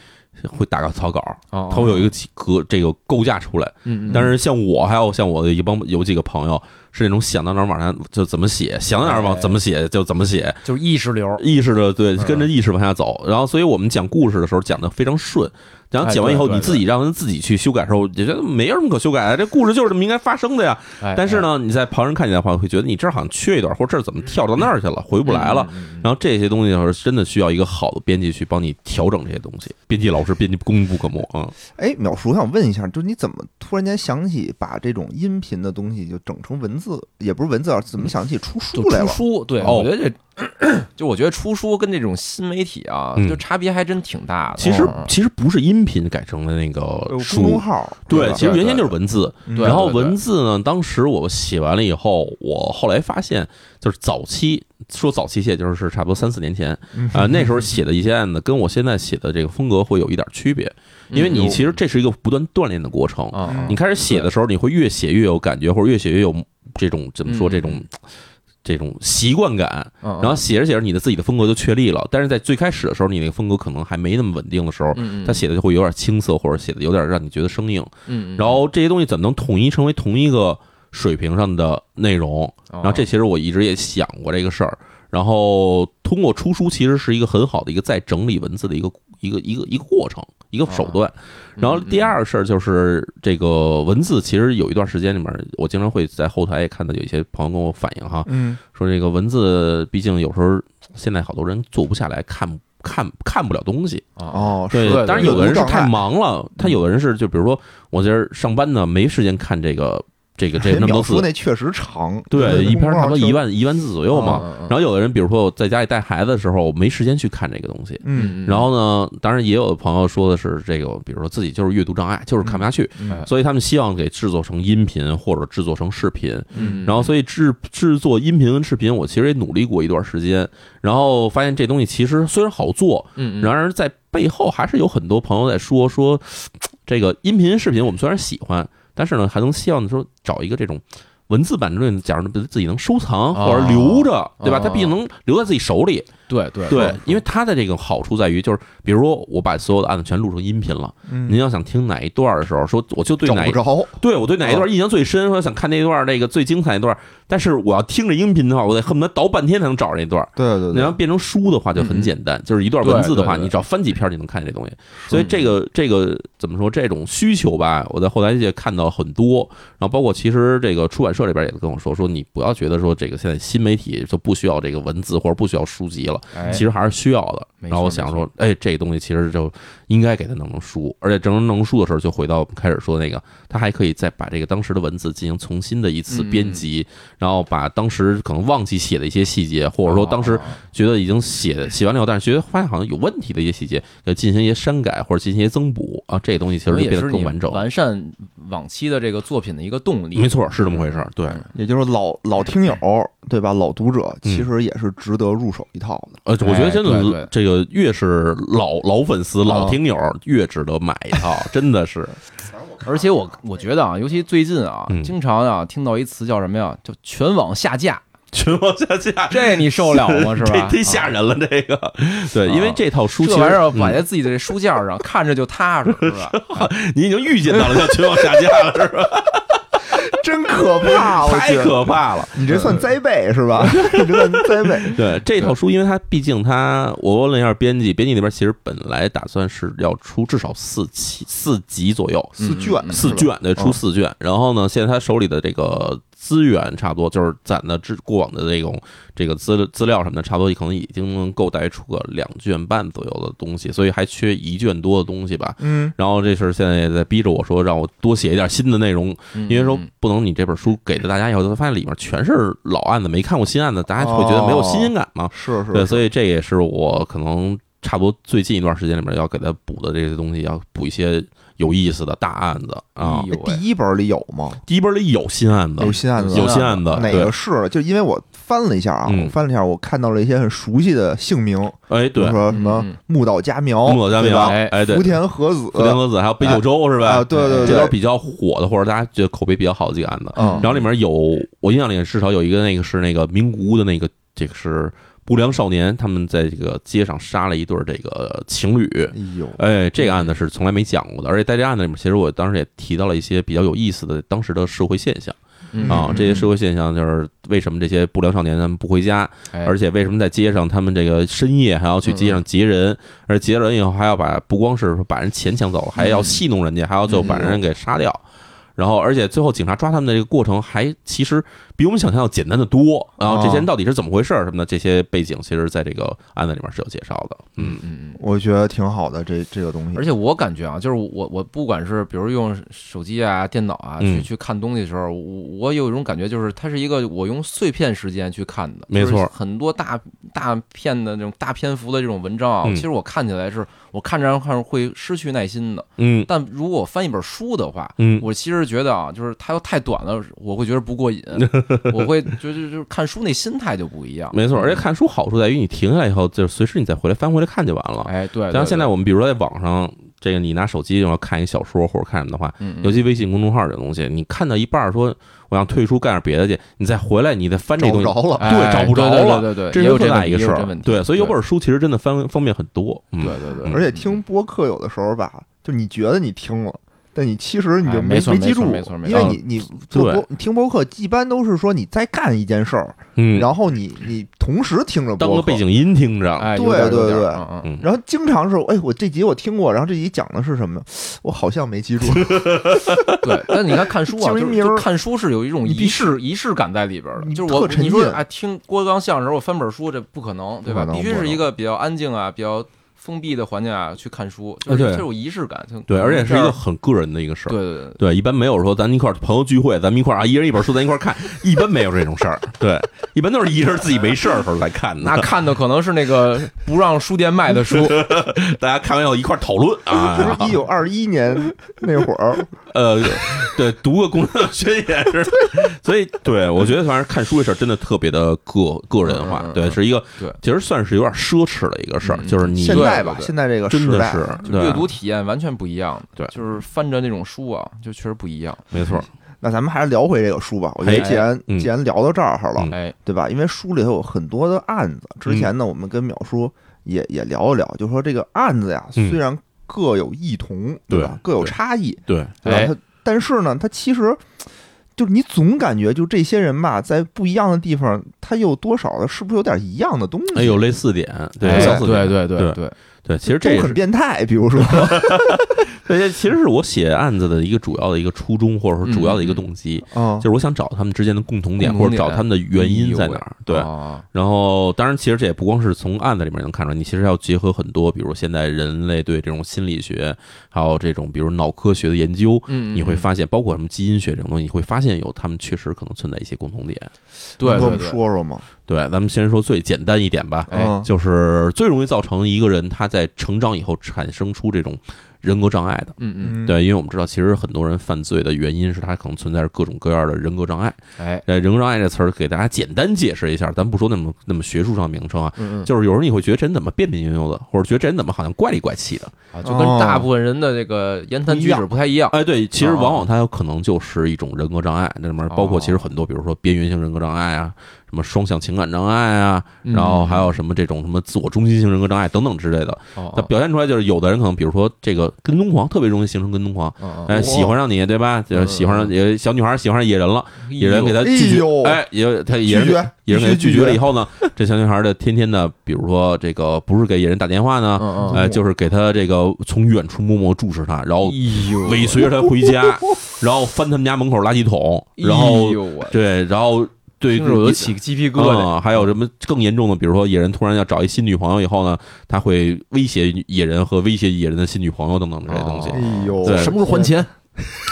Speaker 3: 会打个草稿，
Speaker 2: 他
Speaker 3: 他会有一个几个这个构架出来。
Speaker 2: 哦嗯，嗯
Speaker 3: 但是像我还有像我的一帮有几个朋友是那种想到哪儿往下就怎么写，想到哪儿往
Speaker 2: 哎
Speaker 3: 怎么写就怎么写，
Speaker 2: 就是意识流，
Speaker 3: 意识的对，
Speaker 2: 嗯
Speaker 3: 跟着意识往下走。然后，所以我们讲故事的时候讲的非常顺，然后
Speaker 2: 哎
Speaker 3: 讲完以后，
Speaker 2: 对对
Speaker 3: 你自己让人自己去修改的时候，也觉得没有什么可修改的，这故事就是这么应该发生的呀。
Speaker 2: 哎
Speaker 3: 但是，呢，你在旁人看见的话，会觉得你这儿好像缺一段，或者这儿怎么跳到那儿去了，回不来
Speaker 2: 嗯
Speaker 3: 了。然后这些东西的时候，真的需要一个好的编辑去帮你调整这些东西。编辑老师，编辑功不可没啊！嗯
Speaker 1: 哎，淼叔，我想问一下，就是你怎么突然间想起把这种音频的东西就整成文字，也不是文字啊，怎么想起出
Speaker 2: 就
Speaker 1: 书来
Speaker 2: 出
Speaker 1: 了？
Speaker 2: 书，对，
Speaker 3: 哦
Speaker 2: 我觉得这。就我觉得出书跟这种新媒体啊，
Speaker 3: 嗯
Speaker 2: 就差别还真挺大的。
Speaker 3: 其实
Speaker 2: 嗯
Speaker 3: 其实不是音频改成了那
Speaker 1: 呃
Speaker 3: 个
Speaker 1: 公众
Speaker 3: 书，
Speaker 1: 号
Speaker 3: 对，
Speaker 1: 吧
Speaker 3: 其实原先就是文字。
Speaker 1: 嗯
Speaker 2: 对
Speaker 3: 然后
Speaker 2: 对
Speaker 3: 文字呢，当时我写完了以后，我后来发现，就是早期说早期写就是差不多三四年前
Speaker 1: 嗯
Speaker 3: 啊、那时候写的一些案子跟我现在写的这个风格会有一点区别，
Speaker 2: 嗯
Speaker 3: 因为你其实这是一个不断锻炼的过程。
Speaker 2: 啊，嗯
Speaker 3: 你开始写的时候，你会越写越有感觉，或者越写越有这种怎么说
Speaker 2: 嗯
Speaker 3: 这种这种习惯感。
Speaker 2: 嗯嗯
Speaker 3: 然后写着写着，你的自己的风格就确立了。但是在最开始的时候，你那个风格可能还没那么稳定的时候，
Speaker 2: 嗯嗯
Speaker 3: 他写的就会有点青涩，或者写的有点让你觉得生硬。
Speaker 2: 嗯，嗯
Speaker 3: 然后这些东西怎么能统一成为同一个水平上的内容。
Speaker 2: 然
Speaker 3: 然后这其实我一直也想过这个事儿。然后通过出书，其实是一个很好的一个再整理文字的一个一个一个一个过程，一个手段。
Speaker 2: 嗯
Speaker 3: 然后第二事儿就是这个文字，其实有一段时间里面，我经常会在后台也看到有一些朋友跟我反映哈，
Speaker 1: 嗯
Speaker 3: 说这个文字毕竟有时候现在好多人坐不下来看看看不了东西。
Speaker 2: 哦，
Speaker 1: 哦，
Speaker 3: 对
Speaker 1: 是，
Speaker 3: 当然有的人是太
Speaker 1: 有
Speaker 3: 忙了，他有的人是就比如说我今儿上班呢，没时间看这个这个这
Speaker 1: 人
Speaker 3: 那么
Speaker 1: 秒
Speaker 3: 多
Speaker 1: 数
Speaker 3: 字，
Speaker 1: 哎那确实长，
Speaker 3: 对，一篇
Speaker 1: 篇
Speaker 3: 差不多一，万一万字左右嘛。
Speaker 2: 嗯，
Speaker 3: 然后有的人，比如说我在家里带孩子的时候，我没时间去看这个东西。
Speaker 1: 嗯
Speaker 2: 嗯，
Speaker 3: 然后呢，当然也有的朋友说的是这个，比如说自己就是阅读障碍，就是看不下去，
Speaker 2: 嗯
Speaker 3: 所以他们希望给制作成音频或者制作成视频。
Speaker 2: 嗯，
Speaker 3: 然后所以制制作音频跟视频，我其实也努力过一段时间，然后发现这东西其实虽然好做，
Speaker 2: 嗯，
Speaker 3: 然而在背后还是有很多朋友在说说，嘖这个音频视频我们虽然喜欢，但是呢还能希望说找一个这种。文字版之类的，假如自己能收藏
Speaker 1: 哦
Speaker 2: 啊
Speaker 3: 或者留着，对吧？
Speaker 2: 啊
Speaker 3: 它毕竟能留在自己手里。
Speaker 2: 对对
Speaker 3: 对，因为它的这个好处在于，就是比如说我把所有的案子全录成音频了，您
Speaker 1: 您
Speaker 3: 要想听哪一段的时候，说我就对
Speaker 1: 嗯找
Speaker 3: 哪
Speaker 1: 不
Speaker 3: 一
Speaker 1: 着，
Speaker 3: 对我对哪一段印象最深，说想看那段那个最精彩那段，但是我要听着音频的话，我得恨不得倒半天才能找着那段。
Speaker 1: 对对
Speaker 3: 你要
Speaker 1: 对，
Speaker 3: 变成书的话就很简单，就是一段文字的话，
Speaker 2: 嗯对嗯对对
Speaker 3: 你只要翻几篇就能看见这东西。所以这个这个怎么说？这种需求吧，我在后台界看到很多，然后包括其实这个出版社这边也跟我说，说你不要觉得说这个现在新媒体就不需要这个文字或者不需要书籍了，
Speaker 2: 哎
Speaker 3: 其实还是需要的。
Speaker 2: 没错
Speaker 3: 然后我想说，哎，这个东西其实就应该给它弄成书，而且整成弄书的时候，就回到我们开始说那个，它还可以再把这个当时的文字进行重新的一次
Speaker 2: 嗯
Speaker 3: 编辑，然后把当时可能忘记写的一些细节，或
Speaker 2: 哦
Speaker 3: 者说当时觉得已经写写完了以后，但是觉得发现好像有问题的一些细节，要进行一些删改或者进行一些增补啊，这个东西其实就变
Speaker 2: 也
Speaker 3: 得
Speaker 2: 是
Speaker 3: 更
Speaker 2: 你
Speaker 3: 完整。
Speaker 2: 完善往期的这个作品的一个动力。
Speaker 3: 没错，是这么回事儿。对，
Speaker 2: 嗯
Speaker 1: 也就是老老听友对吧？老读
Speaker 3: 嗯
Speaker 1: 者其实也是值得入手一套 的。
Speaker 3: 呃，我觉得真
Speaker 2: 哎对对
Speaker 3: 的这个越是老老粉丝、老听友，越值得买一套，真的 是。
Speaker 2: 而且我我觉得啊，尤其最近啊，
Speaker 3: 嗯
Speaker 2: 经常啊听到一词叫什么呀？叫全网下架，
Speaker 3: 全网下架，
Speaker 2: 这你 受了吗？是吧？啊
Speaker 3: 这忒吓人了，这个。对，因为这套书
Speaker 2: 这
Speaker 3: 其实
Speaker 2: 玩意儿
Speaker 3: 嗯
Speaker 2: 摆在自己的这书架上，看着就踏 实，是吧？
Speaker 3: 你已经预见到了要全网下架了，是 吧？
Speaker 1: 真可 怕，
Speaker 2: 啊
Speaker 1: 我
Speaker 3: 太
Speaker 1: 去，
Speaker 3: 可怕了。
Speaker 1: 你这算灾备是 吧？你这算灾 备，
Speaker 3: 对这套书，因为它毕竟它，我问了一下编辑，编辑那边其实本来打算是要出至少四期四集左右，
Speaker 1: 四卷
Speaker 2: 嗯嗯
Speaker 3: 四卷对，出
Speaker 1: 嗯
Speaker 3: 四卷。然后呢，现在他手里的这个资源差不多就是攒的之过往的这种这个资资料什么的，差不多可能已经能够带出个两卷半左右的东西，所以还缺一卷多的东西吧。
Speaker 1: 嗯，
Speaker 3: 然后这事儿现在也在逼着我说，让我多写一点新的内容，
Speaker 2: 嗯
Speaker 3: 因为说不能你这本书给了大家以后，就发现里面全是老案子，没看过新案子，大家会觉得没有新鲜感嘛。
Speaker 1: 是哦是，
Speaker 3: 对，所以这也是我可能差不多最近一段时间里面要给他补的这些东西，要补一些有意思的大案子啊
Speaker 2: 哎。
Speaker 1: 那
Speaker 2: 呦喂
Speaker 1: 第一本里有吗？
Speaker 3: 第一本里有新案子，
Speaker 1: 有新案子
Speaker 3: 有新案子，
Speaker 1: 哪
Speaker 3: 对
Speaker 1: 个，是？就因为我翻了一下啊，
Speaker 3: 嗯
Speaker 1: 我翻了一下，我看到了一些很熟悉的姓名，
Speaker 3: 哎，
Speaker 1: 比
Speaker 3: 对
Speaker 1: 如，说什么
Speaker 2: 嗯嗯
Speaker 1: 木岛佳苗、
Speaker 3: 木岛佳
Speaker 1: 哦对
Speaker 3: 苗，
Speaker 1: 吧
Speaker 2: 哎
Speaker 3: 哎，对
Speaker 1: 福，田和子、
Speaker 3: 福田和子，还有北九州是
Speaker 1: 啊，
Speaker 3: 吧？
Speaker 1: 对对
Speaker 3: 这
Speaker 1: 对
Speaker 3: 都，比较火的，或者大家觉得口碑比较好的几个案子。
Speaker 1: 嗯
Speaker 3: 然后里面有我印象里至少有一个那个是那个名古屋的那个，这个是不良少年，他们在这个街上杀了一对儿这个情侣。
Speaker 1: 哎呦，
Speaker 3: 哎，这个案子是从来没讲过的，而且在这案子里面，其实我当时也提到了一些比较有意思的当时的社会现象啊。
Speaker 1: 嗯
Speaker 3: 这些社会现象就是为什么这些不良少年他们不回家，
Speaker 2: 哎
Speaker 3: 而且为什么在街上他们这个深夜还要去街
Speaker 2: 嗯
Speaker 3: 上劫人，而劫了人以后还要把不光是说把人钱抢走了，还
Speaker 2: 嗯
Speaker 3: 要戏弄人家，还要就把人给杀掉。然后，而且最后警察抓他们的这个过程还其实比我们想象要简单的多。然后
Speaker 2: 哦
Speaker 3: 这些人到底是怎么回事儿什么的，这些背景其实在这个案子里面是有介绍的。嗯，
Speaker 2: 嗯嗯。
Speaker 1: 我觉得挺好的，这这个东西，
Speaker 2: 而且我感觉啊，就是我我不管是比如用手机啊、电脑啊
Speaker 3: 嗯
Speaker 2: 去去看东西的时候，我我有一种感觉，就是它是一个我用碎片时间去看的，
Speaker 3: 没错
Speaker 2: 就是很多大大片的那种大篇幅的这种文章啊，
Speaker 3: 嗯
Speaker 2: 其实我看起来是我看着看着会失去耐心的。
Speaker 3: 嗯
Speaker 2: 但如果我翻一本书的话，
Speaker 3: 嗯，
Speaker 2: 我其实觉得啊，就是它要太短了，我会觉得不过 瘾，我会就就就是看书那心态就不一样。嗯
Speaker 3: 没错。而且看书好处在于你停下来以后，就是随时你再回来翻回来看就完了。
Speaker 2: 哎，对，
Speaker 3: 然后现在
Speaker 2: 我
Speaker 3: 我们比如说在网上，这个你拿手机然后看一小说或者看什么的话，
Speaker 2: 嗯
Speaker 3: 尤其微信公众号这东西，你看到一半儿说我想退出干点别的去，你再回来你再翻这
Speaker 1: 找
Speaker 3: 东
Speaker 1: 不
Speaker 3: 西，哎
Speaker 1: 着了，
Speaker 3: 对找不着了
Speaker 2: 嗯哎对对对，
Speaker 3: 这
Speaker 2: 也
Speaker 3: 是
Speaker 2: 有
Speaker 3: 特
Speaker 2: 这
Speaker 3: 大
Speaker 2: 问
Speaker 3: 一
Speaker 2: 题
Speaker 3: 个事
Speaker 2: 也有这
Speaker 3: 儿
Speaker 2: 问。题
Speaker 3: 对，所以有
Speaker 2: 对
Speaker 3: 本书其实真的方方便很多。嗯
Speaker 2: 对对对，
Speaker 1: 而且听播客有的时候吧，就你觉得你听了，但你其实你就
Speaker 2: 哎没错
Speaker 1: 没记住，
Speaker 2: 没错没错没
Speaker 1: 因
Speaker 2: 错
Speaker 1: 为
Speaker 3: 嗯
Speaker 1: 你你做播你听播客一般都是说你在干一件事儿，
Speaker 3: 嗯，
Speaker 1: 然后你你同时听着
Speaker 3: 当
Speaker 1: 播
Speaker 3: 个
Speaker 1: 客
Speaker 3: 背，景音听着，
Speaker 2: 哎，
Speaker 1: 对
Speaker 2: 有点儿有
Speaker 1: 对
Speaker 2: 点儿
Speaker 1: 对
Speaker 2: 嗯嗯，
Speaker 1: 然后经常是哎我这集我听过，然后这集讲的是什么，我好像没记 住，
Speaker 2: 嗯对。但你看看书啊，
Speaker 1: 就一
Speaker 2: 就是
Speaker 1: 名儿
Speaker 2: 就看书是有一种
Speaker 1: 你必
Speaker 2: 仪式仪式感在里边儿的，
Speaker 1: 你
Speaker 2: 就是我
Speaker 1: 特沉
Speaker 2: 你说
Speaker 1: 浸
Speaker 2: 哎听郭德纲相声，我翻本书这不可能，对吧？
Speaker 1: 不可能
Speaker 2: 必须
Speaker 1: 不可
Speaker 2: 是
Speaker 1: 能
Speaker 2: 一个比较安静啊，比较封闭的环境啊去看书，就
Speaker 3: 啊
Speaker 2: 是
Speaker 3: 对
Speaker 2: 这有仪式感，就
Speaker 3: 对，而且是
Speaker 2: 这
Speaker 3: 一个
Speaker 2: 样
Speaker 3: 很个人的一个事儿
Speaker 2: 对。对对。
Speaker 3: 对，一般没有说咱们一块儿朋友聚会，咱们一块儿啊，一人一本书，咱一块儿看，一般没有这种事儿。对，一般都是一人自己没事儿的时候来 看的。
Speaker 2: 那看的可能是那 个不让书店卖的书，
Speaker 3: 大家看完以后一块儿讨论啊，
Speaker 1: 就是一九二一年那会儿，
Speaker 3: 呃，对，读个《共产党宣言》是，所以对我觉得反正看书这事儿真的特别的个个人化
Speaker 2: 嗯嗯，嗯
Speaker 3: 对，是一个
Speaker 2: 对
Speaker 3: 其实算是有点奢侈的一个事儿，
Speaker 2: 嗯
Speaker 3: 就是 你
Speaker 1: 现在吧
Speaker 2: 对对，对
Speaker 1: 现在这个
Speaker 3: 真
Speaker 1: 时
Speaker 3: 的
Speaker 1: 代，
Speaker 3: 是对
Speaker 2: 阅读体验完全不一样。
Speaker 3: 对
Speaker 2: 就是翻着那种书啊，就确实不一样。
Speaker 3: 没错，
Speaker 2: 嗯
Speaker 1: 那咱们还是聊回这个书吧。我觉
Speaker 3: 哎
Speaker 1: 得既然
Speaker 3: 嗯
Speaker 1: 既然聊到这儿了，
Speaker 3: 嗯
Speaker 2: 哎，
Speaker 1: 对吧？因为书里头有很多的案子，之前呢，我们跟淼叔也也聊一聊，就说这个案子呀，
Speaker 3: 嗯
Speaker 1: 虽然各有异同，对吧？各有差异，
Speaker 3: 对，哎
Speaker 2: 对
Speaker 1: 然后它但是呢，它其实就是你总感觉就这些人吧，在不一样的地方，他又多少的是不是有点一样的东西？
Speaker 3: 哎，有类似点，对，
Speaker 2: 哎
Speaker 3: 相似点，
Speaker 2: 对对对
Speaker 3: 对
Speaker 2: 对，
Speaker 3: 对，其实这
Speaker 1: 都
Speaker 3: 也
Speaker 1: 很
Speaker 3: 是
Speaker 1: 变态，比如 说，
Speaker 3: 对，其实是我写案子的一个主要的一个初衷，或者说主要的一个动机，
Speaker 1: 啊
Speaker 3: 就，是我想找他们之间的共同
Speaker 2: 嗯
Speaker 3: 点，
Speaker 2: 共同
Speaker 3: 或者
Speaker 2: 点
Speaker 3: 找他们的原因在哪儿，对，
Speaker 2: 啊
Speaker 3: 然后，当然，其实这也不光是从案子里面能看出来，你其实要结合很多，比如现在人类对这种心理学，还有这种比如脑科学的研究，
Speaker 2: 嗯，嗯
Speaker 3: 你会发现，包括什么基因学这种东西，你会发现有他们确实可能存在一些共同点。
Speaker 2: 嗯对
Speaker 1: 跟我
Speaker 2: 对
Speaker 1: 们
Speaker 2: 对，
Speaker 1: 说说嘛，
Speaker 3: 对，咱们先说最简单一点吧，
Speaker 2: 哎
Speaker 1: 嗯
Speaker 3: 就是最容易造成一个人他在成长以后产生出这种人格障碍的。
Speaker 2: 嗯嗯，
Speaker 3: 对，因为我们知道，其实很多人犯罪的原因是他可能存在着各种各样的人格障碍。
Speaker 2: 哎，
Speaker 3: 呃，人格障碍这词儿给大家简单解释一下，咱不说那么那么学术上名称啊，
Speaker 2: 嗯嗯，
Speaker 3: 就是有时候你会觉得这人怎么变变悠悠的，或者觉得这人怎么好像怪里怪气的。
Speaker 2: 啊就跟大部分人的这个言谈举止不太一样。
Speaker 3: 哎，对，其实
Speaker 2: 哦
Speaker 3: 往往他有可能就是一种人格障碍，那里面包括
Speaker 2: 哦
Speaker 3: 其实很多，比如说边缘性人格障碍啊，什么双向情感障碍啊，
Speaker 2: 嗯
Speaker 3: 然后还有什么这种什么自我中心性人格障碍等等之类的。
Speaker 2: 哦
Speaker 3: 那表现出来就是有的人可能，比如说这个跟踪狂，特别容易形成跟踪狂。
Speaker 2: 哦
Speaker 3: 哎，
Speaker 1: 哦
Speaker 3: 喜欢上你，对吧？就
Speaker 2: 嗯
Speaker 3: 是喜欢上也小女孩喜欢上野人了，
Speaker 2: 哎呦
Speaker 3: 野人给她拒
Speaker 1: 哎
Speaker 3: 绝
Speaker 1: 呦，
Speaker 3: 哎，野他野
Speaker 1: 拒
Speaker 3: 人给
Speaker 1: 绝，
Speaker 3: 野人给他
Speaker 1: 必须
Speaker 3: 拒绝了以，后呢，这小女孩的天天的，比如说这个不是给野人打电话呢，
Speaker 2: 嗯嗯
Speaker 3: 哎，就是给他这个从远处默默注视他，然后
Speaker 2: 哎呦
Speaker 3: 尾随着他回家， 然后翻他们家门口垃圾桶， 然后
Speaker 2: 哎呦我
Speaker 3: 对，然后对，
Speaker 2: 听着我都起鸡皮疙瘩。
Speaker 3: 嗯，还有什么更严重的，比如说野人突然要找一新女朋友以后呢，他会威胁野人和威胁野人的新女朋友等等这些东西
Speaker 2: 哦
Speaker 1: 哎呦，
Speaker 3: 对
Speaker 2: 什么时候还钱？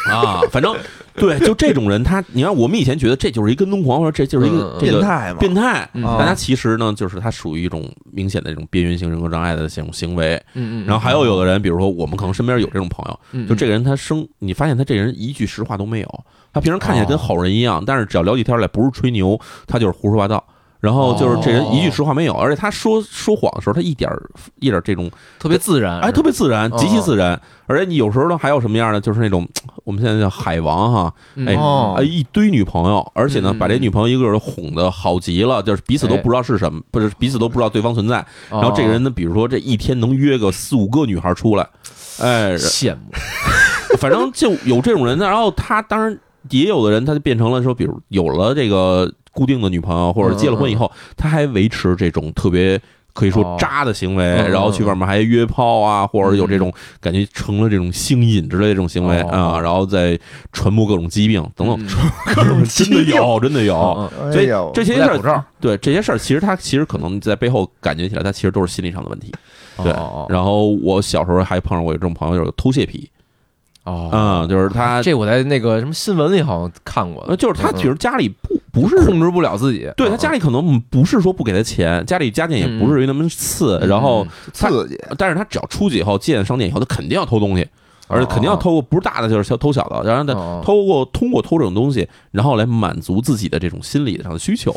Speaker 3: 啊，反正对，就这种人，他你看我们以前觉得这就是一跟踪狂，或者这就是一
Speaker 2: 嗯
Speaker 3: 个
Speaker 2: 嗯
Speaker 3: 这
Speaker 1: 变
Speaker 3: 个
Speaker 1: 态嘛？
Speaker 3: 变态，
Speaker 2: 嗯
Speaker 3: 但他其实呢，就是他属于一种明显的这种边缘性人格障碍的这种行为。
Speaker 2: 嗯嗯，
Speaker 3: 然后还有有的人，比如说我们可能身边有这种朋友，
Speaker 2: 嗯
Speaker 3: 就这个人他生，你发现他这人一句实话都没有，他平时看起来
Speaker 2: 哦
Speaker 3: 跟好人一样，但是只要聊起天来不是吹牛，他就是胡说八道。然后就是这
Speaker 2: 哦
Speaker 3: 人一句实话没有，而且他说说谎的时候，他一点儿一点儿这种
Speaker 2: 特别自然，
Speaker 3: 哎，特别自然，
Speaker 2: 哦
Speaker 3: 极其自然。而且你有时候呢，还有什么样的，就是那种我们现在叫海王哈，
Speaker 2: 别
Speaker 3: 哎
Speaker 1: 哦
Speaker 3: 啊，一堆女朋友，而且呢，
Speaker 2: 嗯
Speaker 3: 把这女朋友一个个都哄得好极了，就是彼此都
Speaker 2: 哎
Speaker 3: 不知道是什么，不是彼此都不知道对方存在。
Speaker 2: 哦
Speaker 3: 然后这个人呢，比如说这一天能约个四五个女孩出来， 哎，
Speaker 2: 羡慕，
Speaker 3: 反正就有这种人。然后他当然也有的人，他就变成了说，比如有了这个固定的女朋友，或者结了婚以后，他还维持这种特别。可以
Speaker 2: 嗯哦
Speaker 3: 说渣的行为，
Speaker 2: 嗯嗯
Speaker 3: 然后去外面还约炮啊，或者有这种感觉成了这种性瘾之类的这种行为
Speaker 2: 哦
Speaker 3: 啊、然后再传播各种疾病等等，
Speaker 2: 嗯
Speaker 3: 各种 真的有，真的有。
Speaker 2: 嗯嗯
Speaker 1: 哎
Speaker 3: 所以
Speaker 1: 呦
Speaker 3: 这些
Speaker 2: 不
Speaker 3: 事
Speaker 2: 戴口罩
Speaker 3: 儿，对这些事儿，其实他其实可能在背后感觉起来，他其实都是心理上的问题。对
Speaker 2: 哦
Speaker 3: 然后我小时候还碰上过有这种朋友，就是偷窃癖，
Speaker 2: 哦哦
Speaker 3: 嗯，就是他，
Speaker 2: 这我在那个什么新闻里好像看过
Speaker 3: 呃，
Speaker 2: 的，
Speaker 3: 就是他，
Speaker 2: 嗯嗯嗯
Speaker 3: 比如家里不不是
Speaker 2: 控制不了自己，
Speaker 3: 对
Speaker 2: 嗯
Speaker 3: 他家里可能不是说不给他钱，家里家境也不至于那么次，
Speaker 2: 嗯
Speaker 3: 然后
Speaker 2: 嗯
Speaker 3: 他
Speaker 1: 刺激，
Speaker 3: 但是他只要出去以后进商店以后，他肯定要偷东西，而且肯定要偷，不是大的就是小偷小的，然后他
Speaker 2: 哦
Speaker 3: 偷过通过偷这种东西，然后来满足自己的这种心理上的需求，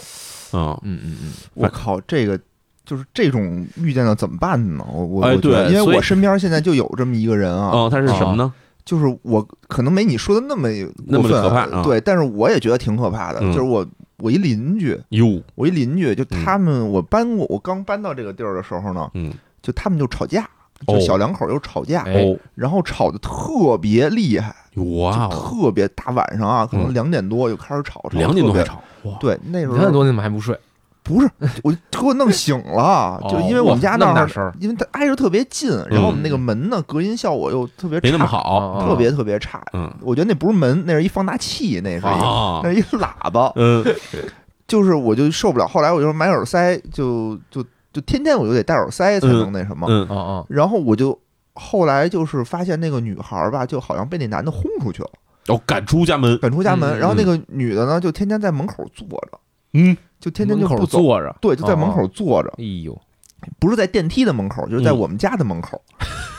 Speaker 3: 嗯，
Speaker 2: 嗯嗯嗯，
Speaker 1: 我靠，这个就是这种遇见了怎么办呢？我我
Speaker 3: 哎
Speaker 1: 我觉得
Speaker 3: 对
Speaker 1: 因
Speaker 3: 所
Speaker 1: 为
Speaker 3: 以
Speaker 1: 我身边现在就有这么一个人啊，
Speaker 3: 哦，他是什么呢？
Speaker 1: 就是我可能没你说的那么
Speaker 3: 那么
Speaker 1: 过分
Speaker 3: 可怕啊
Speaker 1: 对，但是我也觉得挺可怕的。
Speaker 3: 嗯
Speaker 1: 就是我我一邻居，
Speaker 3: 哟，
Speaker 1: 我一邻居，就他们我搬过，我刚搬到这个地儿的时候呢，
Speaker 3: 嗯，
Speaker 1: 就他们就吵架，就
Speaker 3: 哦
Speaker 1: 小两口又吵架，
Speaker 2: 哎
Speaker 3: 哦，
Speaker 1: 然后吵得特别厉害，
Speaker 3: 哇
Speaker 1: 就
Speaker 3: 哦，
Speaker 1: 特别大晚上啊，可能
Speaker 3: 嗯
Speaker 1: 两点多就开始吵，吵得
Speaker 3: 两点多
Speaker 1: 特别
Speaker 3: 还。吵，哇，
Speaker 1: 对，那时候
Speaker 2: 两点多你怎么还不睡？哦
Speaker 1: 不是，我就给我弄醒了，就
Speaker 3: 哦
Speaker 1: 因为我们家
Speaker 2: 那
Speaker 1: 那
Speaker 2: 么大
Speaker 1: 儿，
Speaker 2: 声儿
Speaker 1: 因为它挨着特别近，然后我们那个门呢隔音效果又特别差，
Speaker 3: 嗯没那么，好，
Speaker 2: 啊
Speaker 1: 特别特别差。
Speaker 3: 嗯
Speaker 1: 我觉得那不是门，那是一放大器，那是一
Speaker 3: 啊
Speaker 1: 那是一喇叭，
Speaker 3: 嗯，
Speaker 1: 就是我就受不了。后来我就买耳塞，就就就天天我就得戴耳塞才能那什么。
Speaker 3: 嗯
Speaker 2: 啊啊！
Speaker 1: 然后我就后来就是发现那个女孩儿吧，就好像被那男的轰出去了，
Speaker 3: 要哦赶出家门，
Speaker 1: 赶出家
Speaker 2: 嗯
Speaker 1: 门。然后那个女的呢，就天天在门口坐着，
Speaker 3: 嗯，
Speaker 1: 就天天就
Speaker 2: 门口
Speaker 1: 不走，
Speaker 2: 坐着，
Speaker 1: 对，就在门
Speaker 3: 哦
Speaker 2: 啊
Speaker 1: 口。坐着。
Speaker 2: 哎呦，
Speaker 1: 不是在电梯的门口，就是在
Speaker 3: 嗯
Speaker 1: 我们家的门口。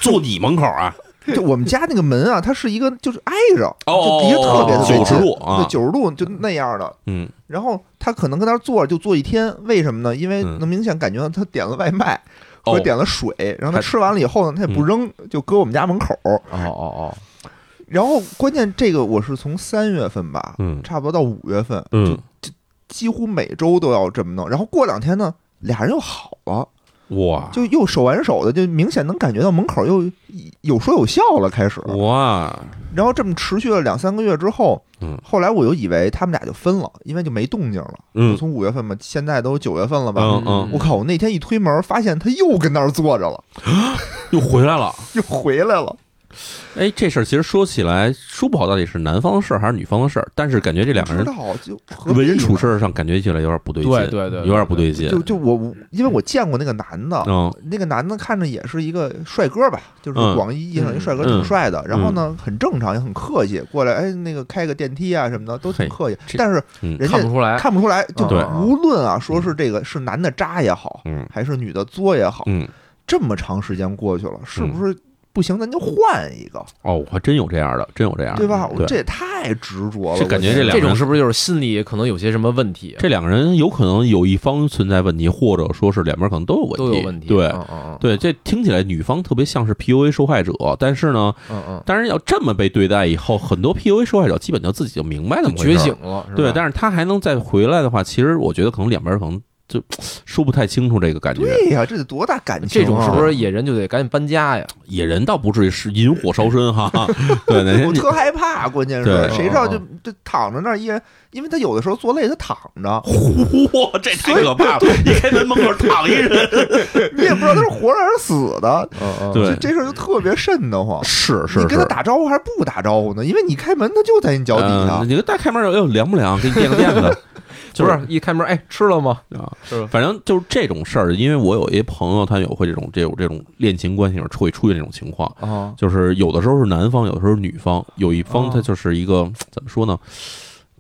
Speaker 3: 坐你门口啊，
Speaker 1: 就我们家那个门啊，它是一个就是挨着，
Speaker 3: 哦，
Speaker 1: 就离得特别特别
Speaker 3: 九十
Speaker 1: 近
Speaker 3: 度啊
Speaker 1: 对，，九十度就那样的。
Speaker 3: 嗯，
Speaker 1: 然后他可能跟那儿坐着就坐一天，为什么呢？因为
Speaker 3: 嗯
Speaker 1: 能明显感觉到他点了外卖
Speaker 3: 哦嗯
Speaker 1: 或者点了水，然后他
Speaker 2: 他
Speaker 1: 吃完了以后呢，他也不扔，就搁我们家门口。
Speaker 2: 哦哦
Speaker 1: 然后关键这个我是从三月份吧，
Speaker 3: 嗯
Speaker 1: 差不多到五月份，
Speaker 3: 嗯，
Speaker 1: 几乎每周都要这么弄。然后过两天呢，俩人又好了，
Speaker 3: 哇
Speaker 1: 就又手挽手的，就明显能感觉到门口又有说有笑了，开始。
Speaker 3: 哇，
Speaker 1: 然后这么持续了两三个月之后，
Speaker 3: 嗯
Speaker 1: 后来我又以为他们俩就分了，因为就没动静了。
Speaker 3: 嗯
Speaker 1: 就从五月份嘛，现在都九月份了吧？
Speaker 3: 嗯嗯
Speaker 1: 我靠！我那天一推门，发现他又跟那儿坐着了，
Speaker 3: 又回来了。
Speaker 1: 又回来了。
Speaker 3: 哎，这事儿其实说起来，说不好到底是男方的事儿还是女方的事儿，但是感觉这两个
Speaker 1: 不知
Speaker 3: 人
Speaker 1: 道就何必
Speaker 3: 为人
Speaker 1: 呢
Speaker 3: 处，事上感觉起来有点不对劲，
Speaker 2: 对对对对
Speaker 3: 有点不对劲。
Speaker 1: 就就我因为我见过那个男的，
Speaker 3: 嗯
Speaker 1: 那个男的看着也是一个帅哥吧，就是
Speaker 3: 嗯
Speaker 1: 广义意义上一帅哥，
Speaker 3: 嗯
Speaker 1: 挺帅的。然后呢，很正常，也很客气，过来哎，那个开个电梯啊什么的都挺
Speaker 3: 嘿
Speaker 1: 客气，
Speaker 3: 这
Speaker 1: 但是
Speaker 3: 嗯
Speaker 2: 哦，
Speaker 1: 人家
Speaker 2: 看不出来。
Speaker 1: 看不出来，就
Speaker 3: 对
Speaker 1: 无论啊，说是这个是男的渣也好，
Speaker 3: 嗯
Speaker 1: 还是女的作也好，
Speaker 3: 嗯，
Speaker 1: 这么长时间过去了，是不是不行？咱就换一个，
Speaker 3: 哦，我还真有这样的，真有这样的，
Speaker 1: 对吧？我
Speaker 3: 啊对
Speaker 1: 这也太执着了，
Speaker 3: 是
Speaker 1: 我
Speaker 3: 感觉
Speaker 1: 得
Speaker 3: 这两
Speaker 2: 这
Speaker 3: 个人
Speaker 2: 种是不是就是心里可能有些什么问题？
Speaker 3: 这两个人有可能有一方存在问题，或者说是两边可能都有问题，
Speaker 2: 都有问题。
Speaker 3: 对、
Speaker 2: 嗯嗯
Speaker 3: 对，这听起来女方特别像是 PUA 受害者，但是呢，
Speaker 2: 嗯嗯
Speaker 3: 当然要这么被对待以后，很多 PUA 受害者基本就自己就明白怎
Speaker 2: 嗯，
Speaker 3: 么
Speaker 2: 就
Speaker 3: 回事
Speaker 2: 觉
Speaker 3: 儿
Speaker 2: 醒了。是吧
Speaker 3: 对，但是他还能再回来的话，其实我觉得可能两边可能就说不太清楚这个感觉。
Speaker 1: 对呀，这得多大感情？啊
Speaker 2: 这种是不？是野人就得赶紧搬家呀？
Speaker 3: 野人倒不至于是引火烧身哈， 对，哪
Speaker 1: 我
Speaker 3: 天
Speaker 1: 特害怕，关键是
Speaker 3: 对哦
Speaker 1: 谁知道就
Speaker 2: 嗯
Speaker 1: 就躺着那儿，一人，因为他有的时候坐累，他躺着，
Speaker 3: 哇，这太可怕了！一开门门口躺一人，
Speaker 1: 你也不知道他是活着还是死的，
Speaker 2: 嗯嗯，
Speaker 3: 对
Speaker 1: 这这事儿就特别瘆得慌。
Speaker 3: 是是
Speaker 1: 你跟他
Speaker 3: 是。
Speaker 1: 打招呼还是不打招呼呢？因为你开门，他就在你脚底下
Speaker 3: 嗯，。你大开门，哎呦，凉不凉？给你垫个垫子，就
Speaker 2: 不是一开门，哎，吃了吗？
Speaker 3: 啊
Speaker 2: 是吧，
Speaker 3: 反正就是这种事儿。因为我有一朋友，他有会这种这种这种恋情关系上出出现这种情况，
Speaker 2: 啊，
Speaker 3: 就是有的时候是男方，有的时候是女方，有一方
Speaker 2: 哦
Speaker 3: 他就是一个、怎么说呢，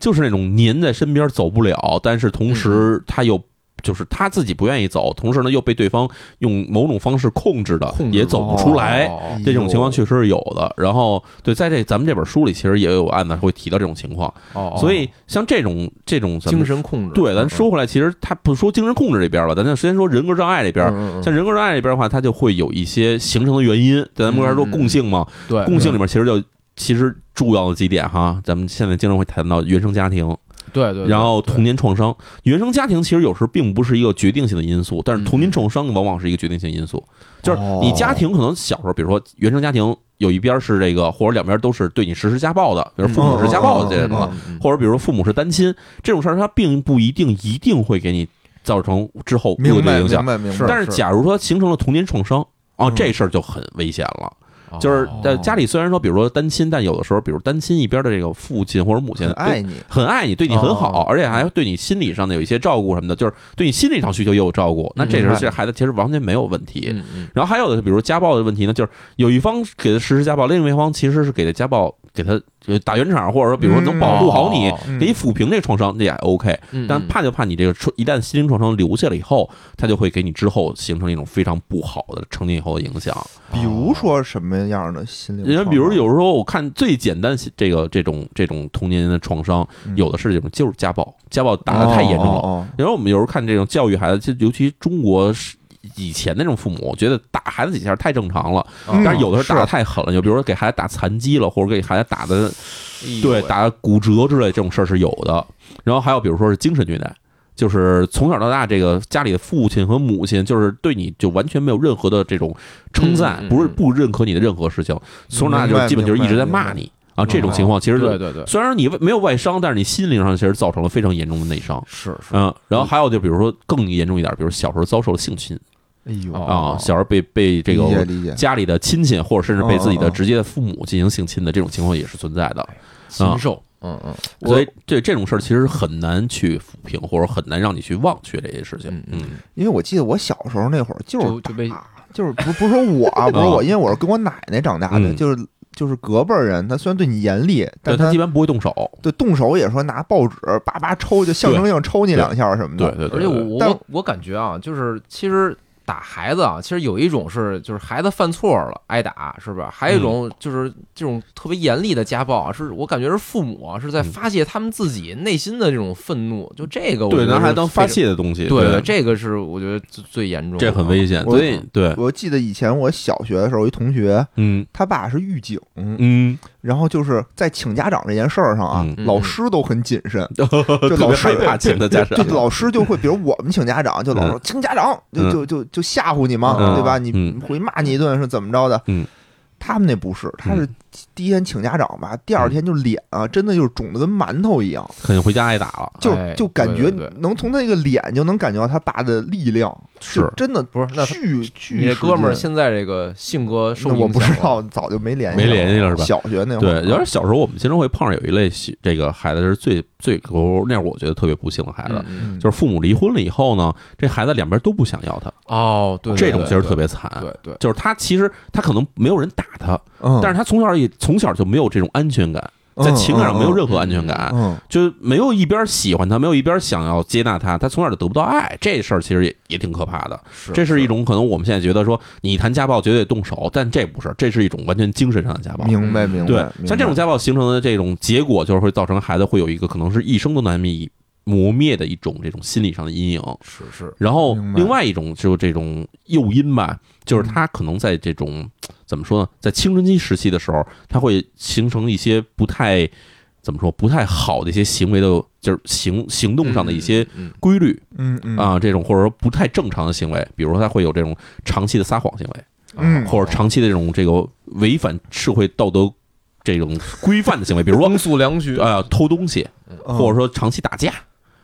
Speaker 3: 就是那种黏在身边走不了，但是同时
Speaker 2: 嗯
Speaker 3: 他又。就是他自己不愿意走，同时呢又被对方用某种方式控制的，
Speaker 2: 控制
Speaker 3: 也走不出来。
Speaker 2: 哦
Speaker 3: 这种情况确实是有的。然后，对，在这咱们这本书里，其实也有案子会提到这种情况。
Speaker 2: 哦，哦
Speaker 3: 所以，像这种这种咱
Speaker 2: 精
Speaker 3: 们
Speaker 2: 神控制，
Speaker 3: 对，咱说回来，其实他不说精神控制这边了，咱就先说人格障碍这边。
Speaker 2: 嗯嗯嗯
Speaker 3: 像人格障碍这边的话，它就会有一些形成的原因。咱们不是说共性嘛，
Speaker 2: 嗯对
Speaker 3: 共性里面其实就其实重要的几点哈，咱们现在经常会谈到原生家庭，
Speaker 2: 对对，对
Speaker 3: 然后
Speaker 2: 对嗯
Speaker 3: 童年创伤。原生家庭其实有时候并不是一个决定性的因素，但是童年创伤往往是一个决定性因
Speaker 2: 哦
Speaker 3: 素。就是你家庭可能小时候，比如说原生家庭有一边是这个，或者两边都是对你实施家暴的，比如父母是家暴的这种的，
Speaker 2: 嗯嗯嗯
Speaker 3: 啊或者比如说父母是单亲这种事儿，它并不一定一定会给你造成之后恶
Speaker 1: 明
Speaker 3: 劣
Speaker 1: 白，
Speaker 3: 影响
Speaker 1: 明。白，明白。
Speaker 3: 但是假如说形成了童年创伤啊，
Speaker 1: 嗯
Speaker 3: 这事儿就很危险了。
Speaker 2: 哦
Speaker 3: 就是在家里虽然说，比如说单亲，但有的时候，比如单亲一边的这个父亲或者母亲
Speaker 1: 很爱
Speaker 3: 对
Speaker 1: 你，
Speaker 3: 很爱你，对你很好，
Speaker 2: 哦
Speaker 3: 而且还对你心理上的有一些照顾什么的，就是对你心理上需求也有照顾。那这时
Speaker 1: 明
Speaker 3: 候
Speaker 1: 白
Speaker 3: 这孩子其实完全没有问题。
Speaker 2: 嗯嗯
Speaker 3: 然后还有的是，比如家暴的问题呢，就是有一方给他实施家暴，另一方其实是给他家暴，给他呃打圆场，或者说比如说能保护好你
Speaker 2: 哦，
Speaker 1: 嗯
Speaker 3: 给你抚平这创伤，这也 OK。
Speaker 2: 嗯，
Speaker 3: 但怕就怕你这个创一旦心灵创伤留下了以后，它就会给你之后形成一种非常不好的成年以后的影响。
Speaker 1: 比如说什么样的心灵创
Speaker 3: 人
Speaker 1: 伤？啊
Speaker 3: 家比如有时候我看最简单这个这种这种童年的创伤，
Speaker 1: 嗯
Speaker 3: 有的是这种就是家暴，家暴打的太严重
Speaker 1: 哦
Speaker 3: 了。
Speaker 1: 哦
Speaker 3: 然后我们有时候看这种教育孩子，就尤其中国是以前那种父母，觉得打孩子几下太正常了，
Speaker 2: 哦
Speaker 1: 嗯
Speaker 3: 但是有的时候打的
Speaker 1: 是
Speaker 3: 太狠了，就比如说给孩子打残疾了，或者给孩子打的
Speaker 2: 哎呦喂
Speaker 3: 对打骨折之类这种事儿是有的。然后还有比如说是精神虐待，就是从小到大，这个家里的父亲和母亲，就是对你就完全没有任何的这种称赞
Speaker 2: 嗯嗯，嗯
Speaker 3: 不是不认可你的任何事情，从小到大
Speaker 1: 明白哦
Speaker 3: 就基本就是一直在骂你啊。这种情况其实
Speaker 2: 对对对，
Speaker 3: 虽然你没有外伤，但是你心灵上其实造成了非常严重的内伤。
Speaker 2: 是是
Speaker 3: 嗯，然后还有就比如说更严重一点，比如小时候遭受了性侵
Speaker 1: 哎呦，
Speaker 2: 哦
Speaker 3: 啊，小时候被被这
Speaker 1: 理解
Speaker 3: 个
Speaker 1: 理解，
Speaker 3: 家里的亲戚或者甚至被自己
Speaker 1: 哦哦
Speaker 3: 的
Speaker 1: 哦
Speaker 3: 直接的父母进行性侵的这种情况也是存在的。
Speaker 2: 禽兽，嗯嗯
Speaker 3: 啊所以这这种事儿其实很难去抚平，或者很难让你去忘却这些事情。
Speaker 2: 嗯
Speaker 3: 嗯
Speaker 2: 嗯，
Speaker 1: 因为我记得我小时候那会儿就是
Speaker 2: 就就被
Speaker 1: 打就是不不是说我 啊，不是我，因为我是跟我奶奶长大的，
Speaker 3: 嗯
Speaker 1: 就是就是隔辈儿人，他虽然对你严厉，但
Speaker 3: 但
Speaker 1: 他
Speaker 3: 他一般不会动手。
Speaker 1: 对动手也说拿报纸叭叭抽，就象征性抽你两下什么
Speaker 3: 对
Speaker 1: 的。
Speaker 3: 对对，
Speaker 2: 嗯而且我
Speaker 1: 但
Speaker 2: 我我感觉啊，就是其实打孩子啊，其实有一种是就是孩子犯错了挨打是吧？还有一
Speaker 3: 嗯
Speaker 2: 种就是这种特别严厉的家暴啊，是我感觉是父母啊是
Speaker 3: 嗯
Speaker 2: 在发泄他们自己内心的这种愤怒，就这个我觉得是
Speaker 3: 拿它当
Speaker 2: 非常
Speaker 3: 发，泄的东西，
Speaker 2: 对对，
Speaker 3: 这
Speaker 2: 这个是我觉得最最严重的啊，
Speaker 3: 这很危险。
Speaker 1: 我
Speaker 3: 所以对，
Speaker 1: 我记得以前我小学的时候，一同学
Speaker 3: 嗯
Speaker 1: 他爸是狱警，
Speaker 3: 嗯，
Speaker 1: 然后就是在请家长这件事儿上啊，
Speaker 2: 嗯
Speaker 1: 老师都很谨慎，
Speaker 3: 特
Speaker 1: 老
Speaker 3: 别
Speaker 1: 师
Speaker 3: 害怕请的家长
Speaker 1: 就。老师就会，比如我们请家长，就老说请家长，就就就就吓唬你嘛，
Speaker 2: 嗯
Speaker 1: 对吧？你
Speaker 3: 嗯
Speaker 1: 回骂你一顿是怎么着的？
Speaker 3: 嗯
Speaker 1: 他们那不是，他是第一天请家长吧，第二天就脸
Speaker 3: 嗯
Speaker 1: 啊，真的就是肿的跟馒头一样，
Speaker 3: 肯定回家挨打了，
Speaker 1: 就
Speaker 2: 哎
Speaker 1: 就感觉
Speaker 2: 对对对
Speaker 1: 能从他那个脸就能感觉到他爸的力量，就是真的
Speaker 2: 不是那他
Speaker 1: 巨巨
Speaker 2: 你这哥们儿
Speaker 1: 使劲
Speaker 2: 现在这个性格受
Speaker 1: 那我
Speaker 2: 影
Speaker 1: 不知
Speaker 2: 响了，
Speaker 1: 道，早就没联系
Speaker 3: 没联系了是吧
Speaker 1: 小学那会
Speaker 3: 对
Speaker 1: 儿，，
Speaker 3: 要是小时候我们经常会碰上有一类小这个孩子是最最我那会儿我觉得特别不幸的孩子，
Speaker 2: 嗯嗯
Speaker 1: 嗯
Speaker 3: 就是父母离婚了以后呢，这孩子两边都不想要他，
Speaker 2: 哦，对，
Speaker 3: 这种其实特
Speaker 2: 别
Speaker 3: 别惨。
Speaker 2: 对对，
Speaker 3: 就是他其实他可能没有人打他，
Speaker 1: 嗯
Speaker 3: 但是他从小也从小就没有这种安全感，
Speaker 1: 嗯
Speaker 3: 在情感上没有任何
Speaker 2: 嗯
Speaker 3: 安全感，
Speaker 1: 嗯
Speaker 3: 就没有一边喜欢他，没有一边想要接纳他，他从小就得不到爱，这事儿其实也也挺可怕的。
Speaker 2: 是
Speaker 3: 这是一种可能，我们现在觉得说你谈家暴绝对得动手，但这不是，这是一种完全精神上的
Speaker 2: 嗯
Speaker 3: 家暴。
Speaker 1: 明白明白，
Speaker 3: 对
Speaker 1: 明，白
Speaker 3: 像这种家暴形成的这种结果，就是会造成孩子会有一个可能是一生都难以磨灭的一种这种心理上的阴影。
Speaker 2: 是是，
Speaker 3: 然后
Speaker 1: 明白
Speaker 3: 另外一种就是这种诱因吧，就是他可能在这种怎么说呢，在青春期时期的时候，他会形成一些不太怎么说不太好的一些行为的，就是行行动上的一些
Speaker 2: 嗯，嗯
Speaker 3: 规律
Speaker 1: 嗯嗯
Speaker 3: 啊，这种或者说不太正常的行为，比如说他会有这种长期的撒谎行为，
Speaker 1: 嗯
Speaker 2: 哦
Speaker 3: 或者长期的这种这个违反社会道德这种规范的行为，比如说
Speaker 2: 风俗良局，
Speaker 3: 呃偷东西，
Speaker 1: 嗯
Speaker 3: 或者说长期打架。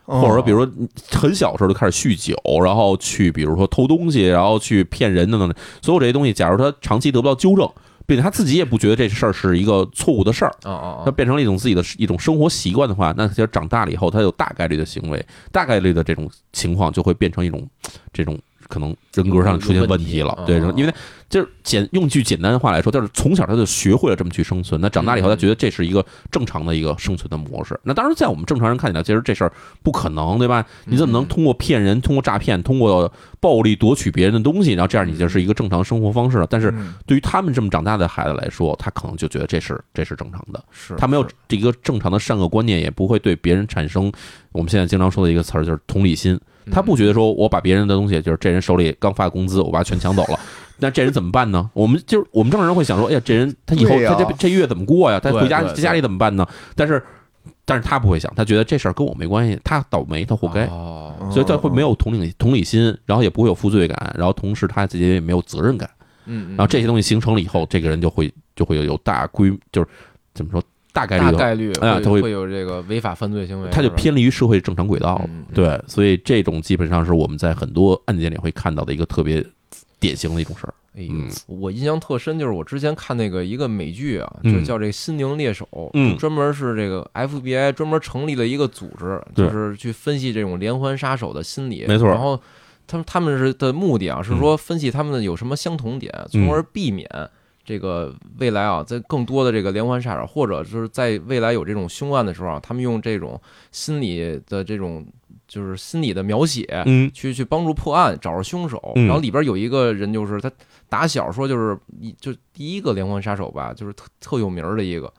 Speaker 1: 哦
Speaker 3: 或者说，比如说很小时候就开始酗酒，然后去比如说偷东西，然后去骗人等等，所有这些东西，假如他长期得不到纠正，并且他自己也不觉得这事儿是一个错误的事儿，
Speaker 2: 哦哦
Speaker 3: 他
Speaker 2: 哦，
Speaker 3: 变成了一种自己的一种生活习惯的话，那其实长大了以后，他有大概率的行为，大概率的这种情况就会变成一种这种可能人格上出现问题了
Speaker 2: 有。
Speaker 3: 对
Speaker 2: 有问，题
Speaker 3: 因为就是简用句简单的话来说，就是从小他就学会了这么去生存。那长大了以
Speaker 2: 嗯
Speaker 3: 后，他觉得这是一个正常的一个生存的模式。那当然，在我们正常人看起来，其实这事儿不可能，对吧？你怎么
Speaker 2: 嗯
Speaker 3: 能通过骗人、通过诈骗、通过暴力夺取别人的东西，然后这样你就是一个正常生活方式了？但是
Speaker 1: 嗯
Speaker 3: 对于他们这么长大的孩子来说，他可能就觉得这是这是正常的。
Speaker 2: 是
Speaker 3: 他没有
Speaker 2: 是
Speaker 3: 这一个正常的善恶观念，也不会对别人产生我们现在经常说的一个词儿，就是嗯同理心。
Speaker 2: 嗯
Speaker 3: 他不觉得说我把别人的东西，就是这人手里刚发工资，我把他全抢走了，那这人怎么办呢？我们就是我们正常人会想说，哎呀，这人他以后
Speaker 1: 对呀
Speaker 3: 他这这月怎么过呀？他
Speaker 2: 对
Speaker 3: 回家
Speaker 2: 对对
Speaker 3: 家里怎么办呢？但是但是他不会想，他觉得这事儿跟我没关系，他倒霉，他活该。
Speaker 2: 哦，
Speaker 1: 嗯
Speaker 3: 所以他会没有同理同理心，然后也不会有负罪感，然后同时他自己也没有责任感，
Speaker 2: 嗯，
Speaker 3: 然后这些东西形成了以后，这个人就会就会有大规就是怎么说大概率
Speaker 2: 大
Speaker 3: 的
Speaker 2: 概率
Speaker 3: 哎呀他
Speaker 2: 会
Speaker 3: 会
Speaker 2: 有这个违法犯罪行为，
Speaker 3: 它就是
Speaker 2: 吧
Speaker 3: 偏离于社会正常轨道了
Speaker 2: 嗯。
Speaker 3: 对，所以这种基本上是我们在很多案件里会看到的一个特别典型的一种事儿。
Speaker 2: 哎呦
Speaker 3: 嗯
Speaker 2: 我印象特深，就是我之前看那个一个美剧啊，
Speaker 3: 嗯
Speaker 2: 就叫这个《心灵猎手》，
Speaker 3: 嗯
Speaker 2: 就专门是这个 FBI 专门成立了一个组织，
Speaker 3: 对
Speaker 2: 就是去分析这种连环杀手的心理，
Speaker 3: 没错嗯
Speaker 2: 然后他们他们是的目的啊，是说分析他们有什么相同点，从而避免。这个未来啊，在更多的这个连环杀手，或者就是在未来有这种凶案的时候啊，他们用这种心理的这种就是心理的描写，
Speaker 3: 嗯
Speaker 2: 去去帮助破案，找着凶手。
Speaker 3: 嗯
Speaker 2: 然后里边有一个人，就是他打小说就是一就第一个连环杀手吧，就是特特有名儿的一个。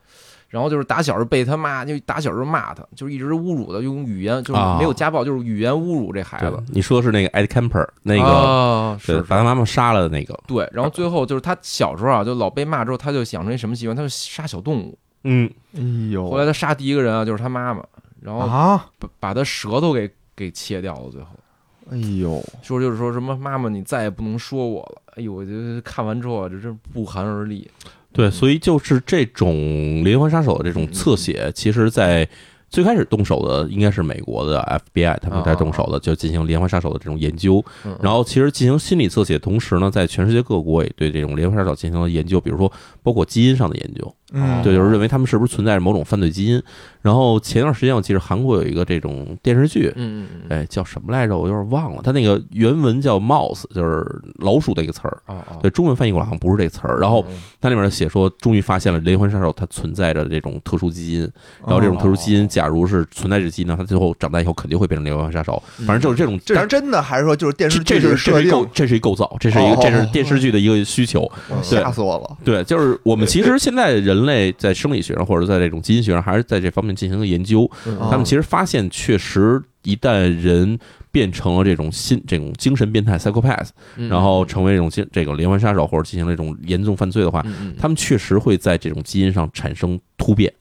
Speaker 2: 然后就是打小就被他骂，就打小就骂他，就是一直侮辱他，用语言就是
Speaker 3: 啊
Speaker 2: 没有家暴，就是语言侮辱这孩
Speaker 3: 对
Speaker 2: 子。，
Speaker 3: 你说的是那个 Ed Kemper 那个，
Speaker 2: 啊、
Speaker 3: 对，
Speaker 2: 是
Speaker 3: 把他妈妈杀了的那个。
Speaker 2: 对。然后最后就是他小时候啊，就老被骂之后，他就养成一什么习惯？他就杀小动物。
Speaker 3: 嗯，
Speaker 1: 哎呦
Speaker 2: 后来他杀第一个人啊，就是他妈妈，然后
Speaker 1: 啊，
Speaker 2: 把把他舌头给给切掉了。最后
Speaker 1: 哎呦，
Speaker 2: 说就是说什么妈妈你再也不能说我了。哎呦，我就看完之后啊，这真不寒而栗。
Speaker 3: 对，所以就是这种连环杀手的这种侧写，其实，在最开始动手的应该是美国的 FBI，他们在动手的就进行连环杀手的这种研究。
Speaker 2: 嗯嗯
Speaker 3: 然后，其实进行心理侧写，同时呢，在全世界各国也对这种连环杀手进行了研究，比如说包括基因上的研究，
Speaker 1: 嗯，
Speaker 3: 对，就是认为他们是不是存在着某种犯罪基因。然后前段时间我记得韩国有一个这种电视剧，
Speaker 2: 嗯嗯嗯，
Speaker 3: 哎，叫什么来着？我有点忘了，它那个原文叫 mouse，就是老鼠的一个词儿。
Speaker 2: 哦哦，
Speaker 3: 对，中文翻译过来好像不是这个词儿。然后
Speaker 2: 嗯
Speaker 3: 它里面写说，终于发现了连环杀手它存在着这种特殊基因，
Speaker 1: 哦
Speaker 3: 然后这种特殊基因，假如是存在这基因呢，它最后长大以后肯定会变成连环杀手。
Speaker 2: 嗯
Speaker 3: 反正就是这种，
Speaker 1: 嗯这
Speaker 3: 但
Speaker 1: 是真的还是说就是电视
Speaker 3: 这
Speaker 1: 剧
Speaker 3: 这是
Speaker 1: 的
Speaker 3: 这
Speaker 1: 设
Speaker 3: 是一构
Speaker 1: 定？
Speaker 3: 这是一构造，这是一个
Speaker 1: 哦
Speaker 3: 这是电视剧的一个需求。
Speaker 1: 哇嗯吓死我了！
Speaker 2: 嗯
Speaker 3: 对，就是我们其实现在人类在生理学上或者在这种基因学上，还是在这方面进行了研究。
Speaker 2: 嗯
Speaker 1: 啊
Speaker 2: 哦
Speaker 3: 他们其实发现，确实一旦人变成了这种心这种精神变态 psychopath，
Speaker 2: 嗯
Speaker 3: 然后成为这种精这个连环杀手或者进行了这种严重犯罪的话，
Speaker 2: 嗯嗯嗯
Speaker 3: 他们确实会在这种基因上产生突变，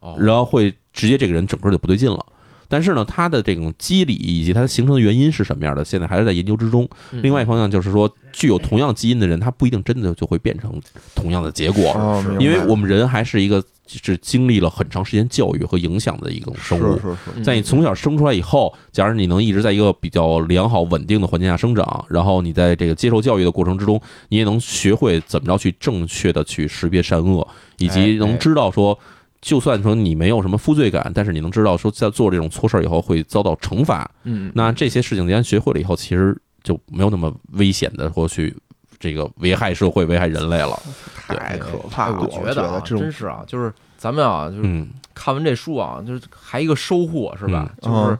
Speaker 2: 哦
Speaker 3: 然后会直接这个人整个就不对劲了。但是呢，它的这种机理以及它形成的原因是什么样的，现在还是在研究之中。
Speaker 2: 嗯
Speaker 3: 另外一方面就是说，具有同样基因的人，他不一定真的就会变成同样的结果，
Speaker 1: 哦明白
Speaker 3: 因为我们人还是一个是经历了很长时间教育和影响的一种生物。
Speaker 1: 是是是，
Speaker 2: 嗯
Speaker 3: 在你从小生出来以后，假如你能一直在一个比较良好稳定的环境下生长，然后你在这个接受教育的过程之中，你也能学会怎么着去正确的去识别善恶，以及
Speaker 2: 哎
Speaker 3: 能知道说，就算说你没有什么负罪感，但是你能知道说，在做这种错事儿以后会遭到惩罚。
Speaker 2: 嗯嗯
Speaker 3: 那这些事情既然学会了以后，其实就没有那么危险的或去这个危害社会、危害人类了。
Speaker 1: 太可
Speaker 2: 哎
Speaker 1: 怕了！
Speaker 2: 我
Speaker 1: 觉
Speaker 2: 得啊，
Speaker 1: 这种
Speaker 2: 真是啊，就是咱们啊，就是
Speaker 3: 嗯，
Speaker 2: 看完这书啊，就是还一个收获是吧？
Speaker 1: 嗯
Speaker 2: 就是
Speaker 1: 嗯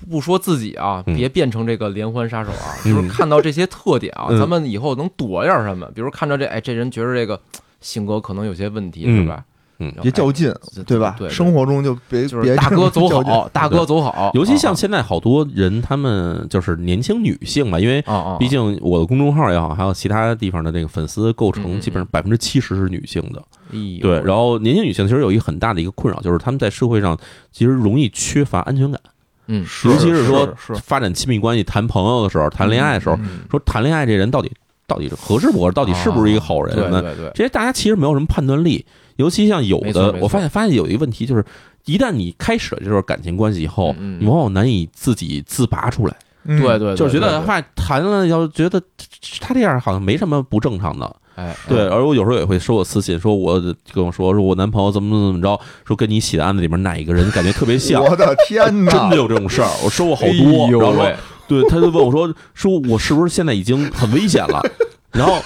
Speaker 2: 不不说自己啊，
Speaker 3: 嗯
Speaker 2: 别变成这个连环杀手 啊，
Speaker 3: 嗯
Speaker 2: 就是看到这些特点啊，
Speaker 3: 嗯
Speaker 2: 咱们以后能躲点什么？比如看着这，哎，这人觉得这个性格可能有些问题，
Speaker 3: 嗯
Speaker 2: 是吧？
Speaker 3: 嗯
Speaker 2: 然后
Speaker 1: 别较劲
Speaker 2: 哎，
Speaker 1: 对吧
Speaker 2: 对？对
Speaker 1: 生活中就别
Speaker 2: 就是
Speaker 1: 别
Speaker 2: 大哥走
Speaker 1: 较劲
Speaker 2: 好，大哥走好，
Speaker 3: 尤其像
Speaker 2: 啊
Speaker 3: 现在好多人，他们就是年轻女性嘛，因为
Speaker 2: 啊啊，
Speaker 3: 毕竟我的公众号也好，还有其他地方的这个粉丝构
Speaker 2: 嗯嗯
Speaker 3: 成，
Speaker 2: 嗯
Speaker 3: 基本上百分之七十是女性的。
Speaker 2: 哎
Speaker 3: 对，
Speaker 2: 对
Speaker 3: 然后年轻女性其实有一个很大的一个困扰，就是她们在社会上其实容易缺乏安全感，
Speaker 2: 嗯，
Speaker 3: 尤其说
Speaker 1: 是
Speaker 3: 发展亲密关系、谈朋友的时候、谈恋爱的时候，
Speaker 1: 嗯
Speaker 3: 说谈恋爱这人到底到底是合适不合适，到底是不是一个好
Speaker 2: 对
Speaker 3: 人呢？
Speaker 2: 对对，
Speaker 3: 这些大家其实没有什么判断力，尤其像有
Speaker 2: 没错
Speaker 3: 的
Speaker 2: 没，错
Speaker 3: 我发现发现有一个问题就是，一旦你开始了这段感情关系以后，
Speaker 2: 嗯嗯
Speaker 3: 你往往难以自己自拔出来。
Speaker 1: 嗯
Speaker 2: 对对，
Speaker 3: 就是觉得
Speaker 2: 对
Speaker 3: 发现谈了要觉得他这样好像没什么不正常的，
Speaker 2: 哎，
Speaker 3: 对。而我有时候也会收我私信，说我跟我说说我男朋友怎么怎么着，说跟你写的案子里面哪一个人感觉特别像，
Speaker 1: 我的天
Speaker 3: 真
Speaker 1: 哪！
Speaker 3: 的有这种事儿，我收过好
Speaker 2: 哎
Speaker 3: 多。
Speaker 2: 呦
Speaker 3: 然后说
Speaker 2: 喂
Speaker 3: 对，他就问我说说我是不是现在已经很危险了？然后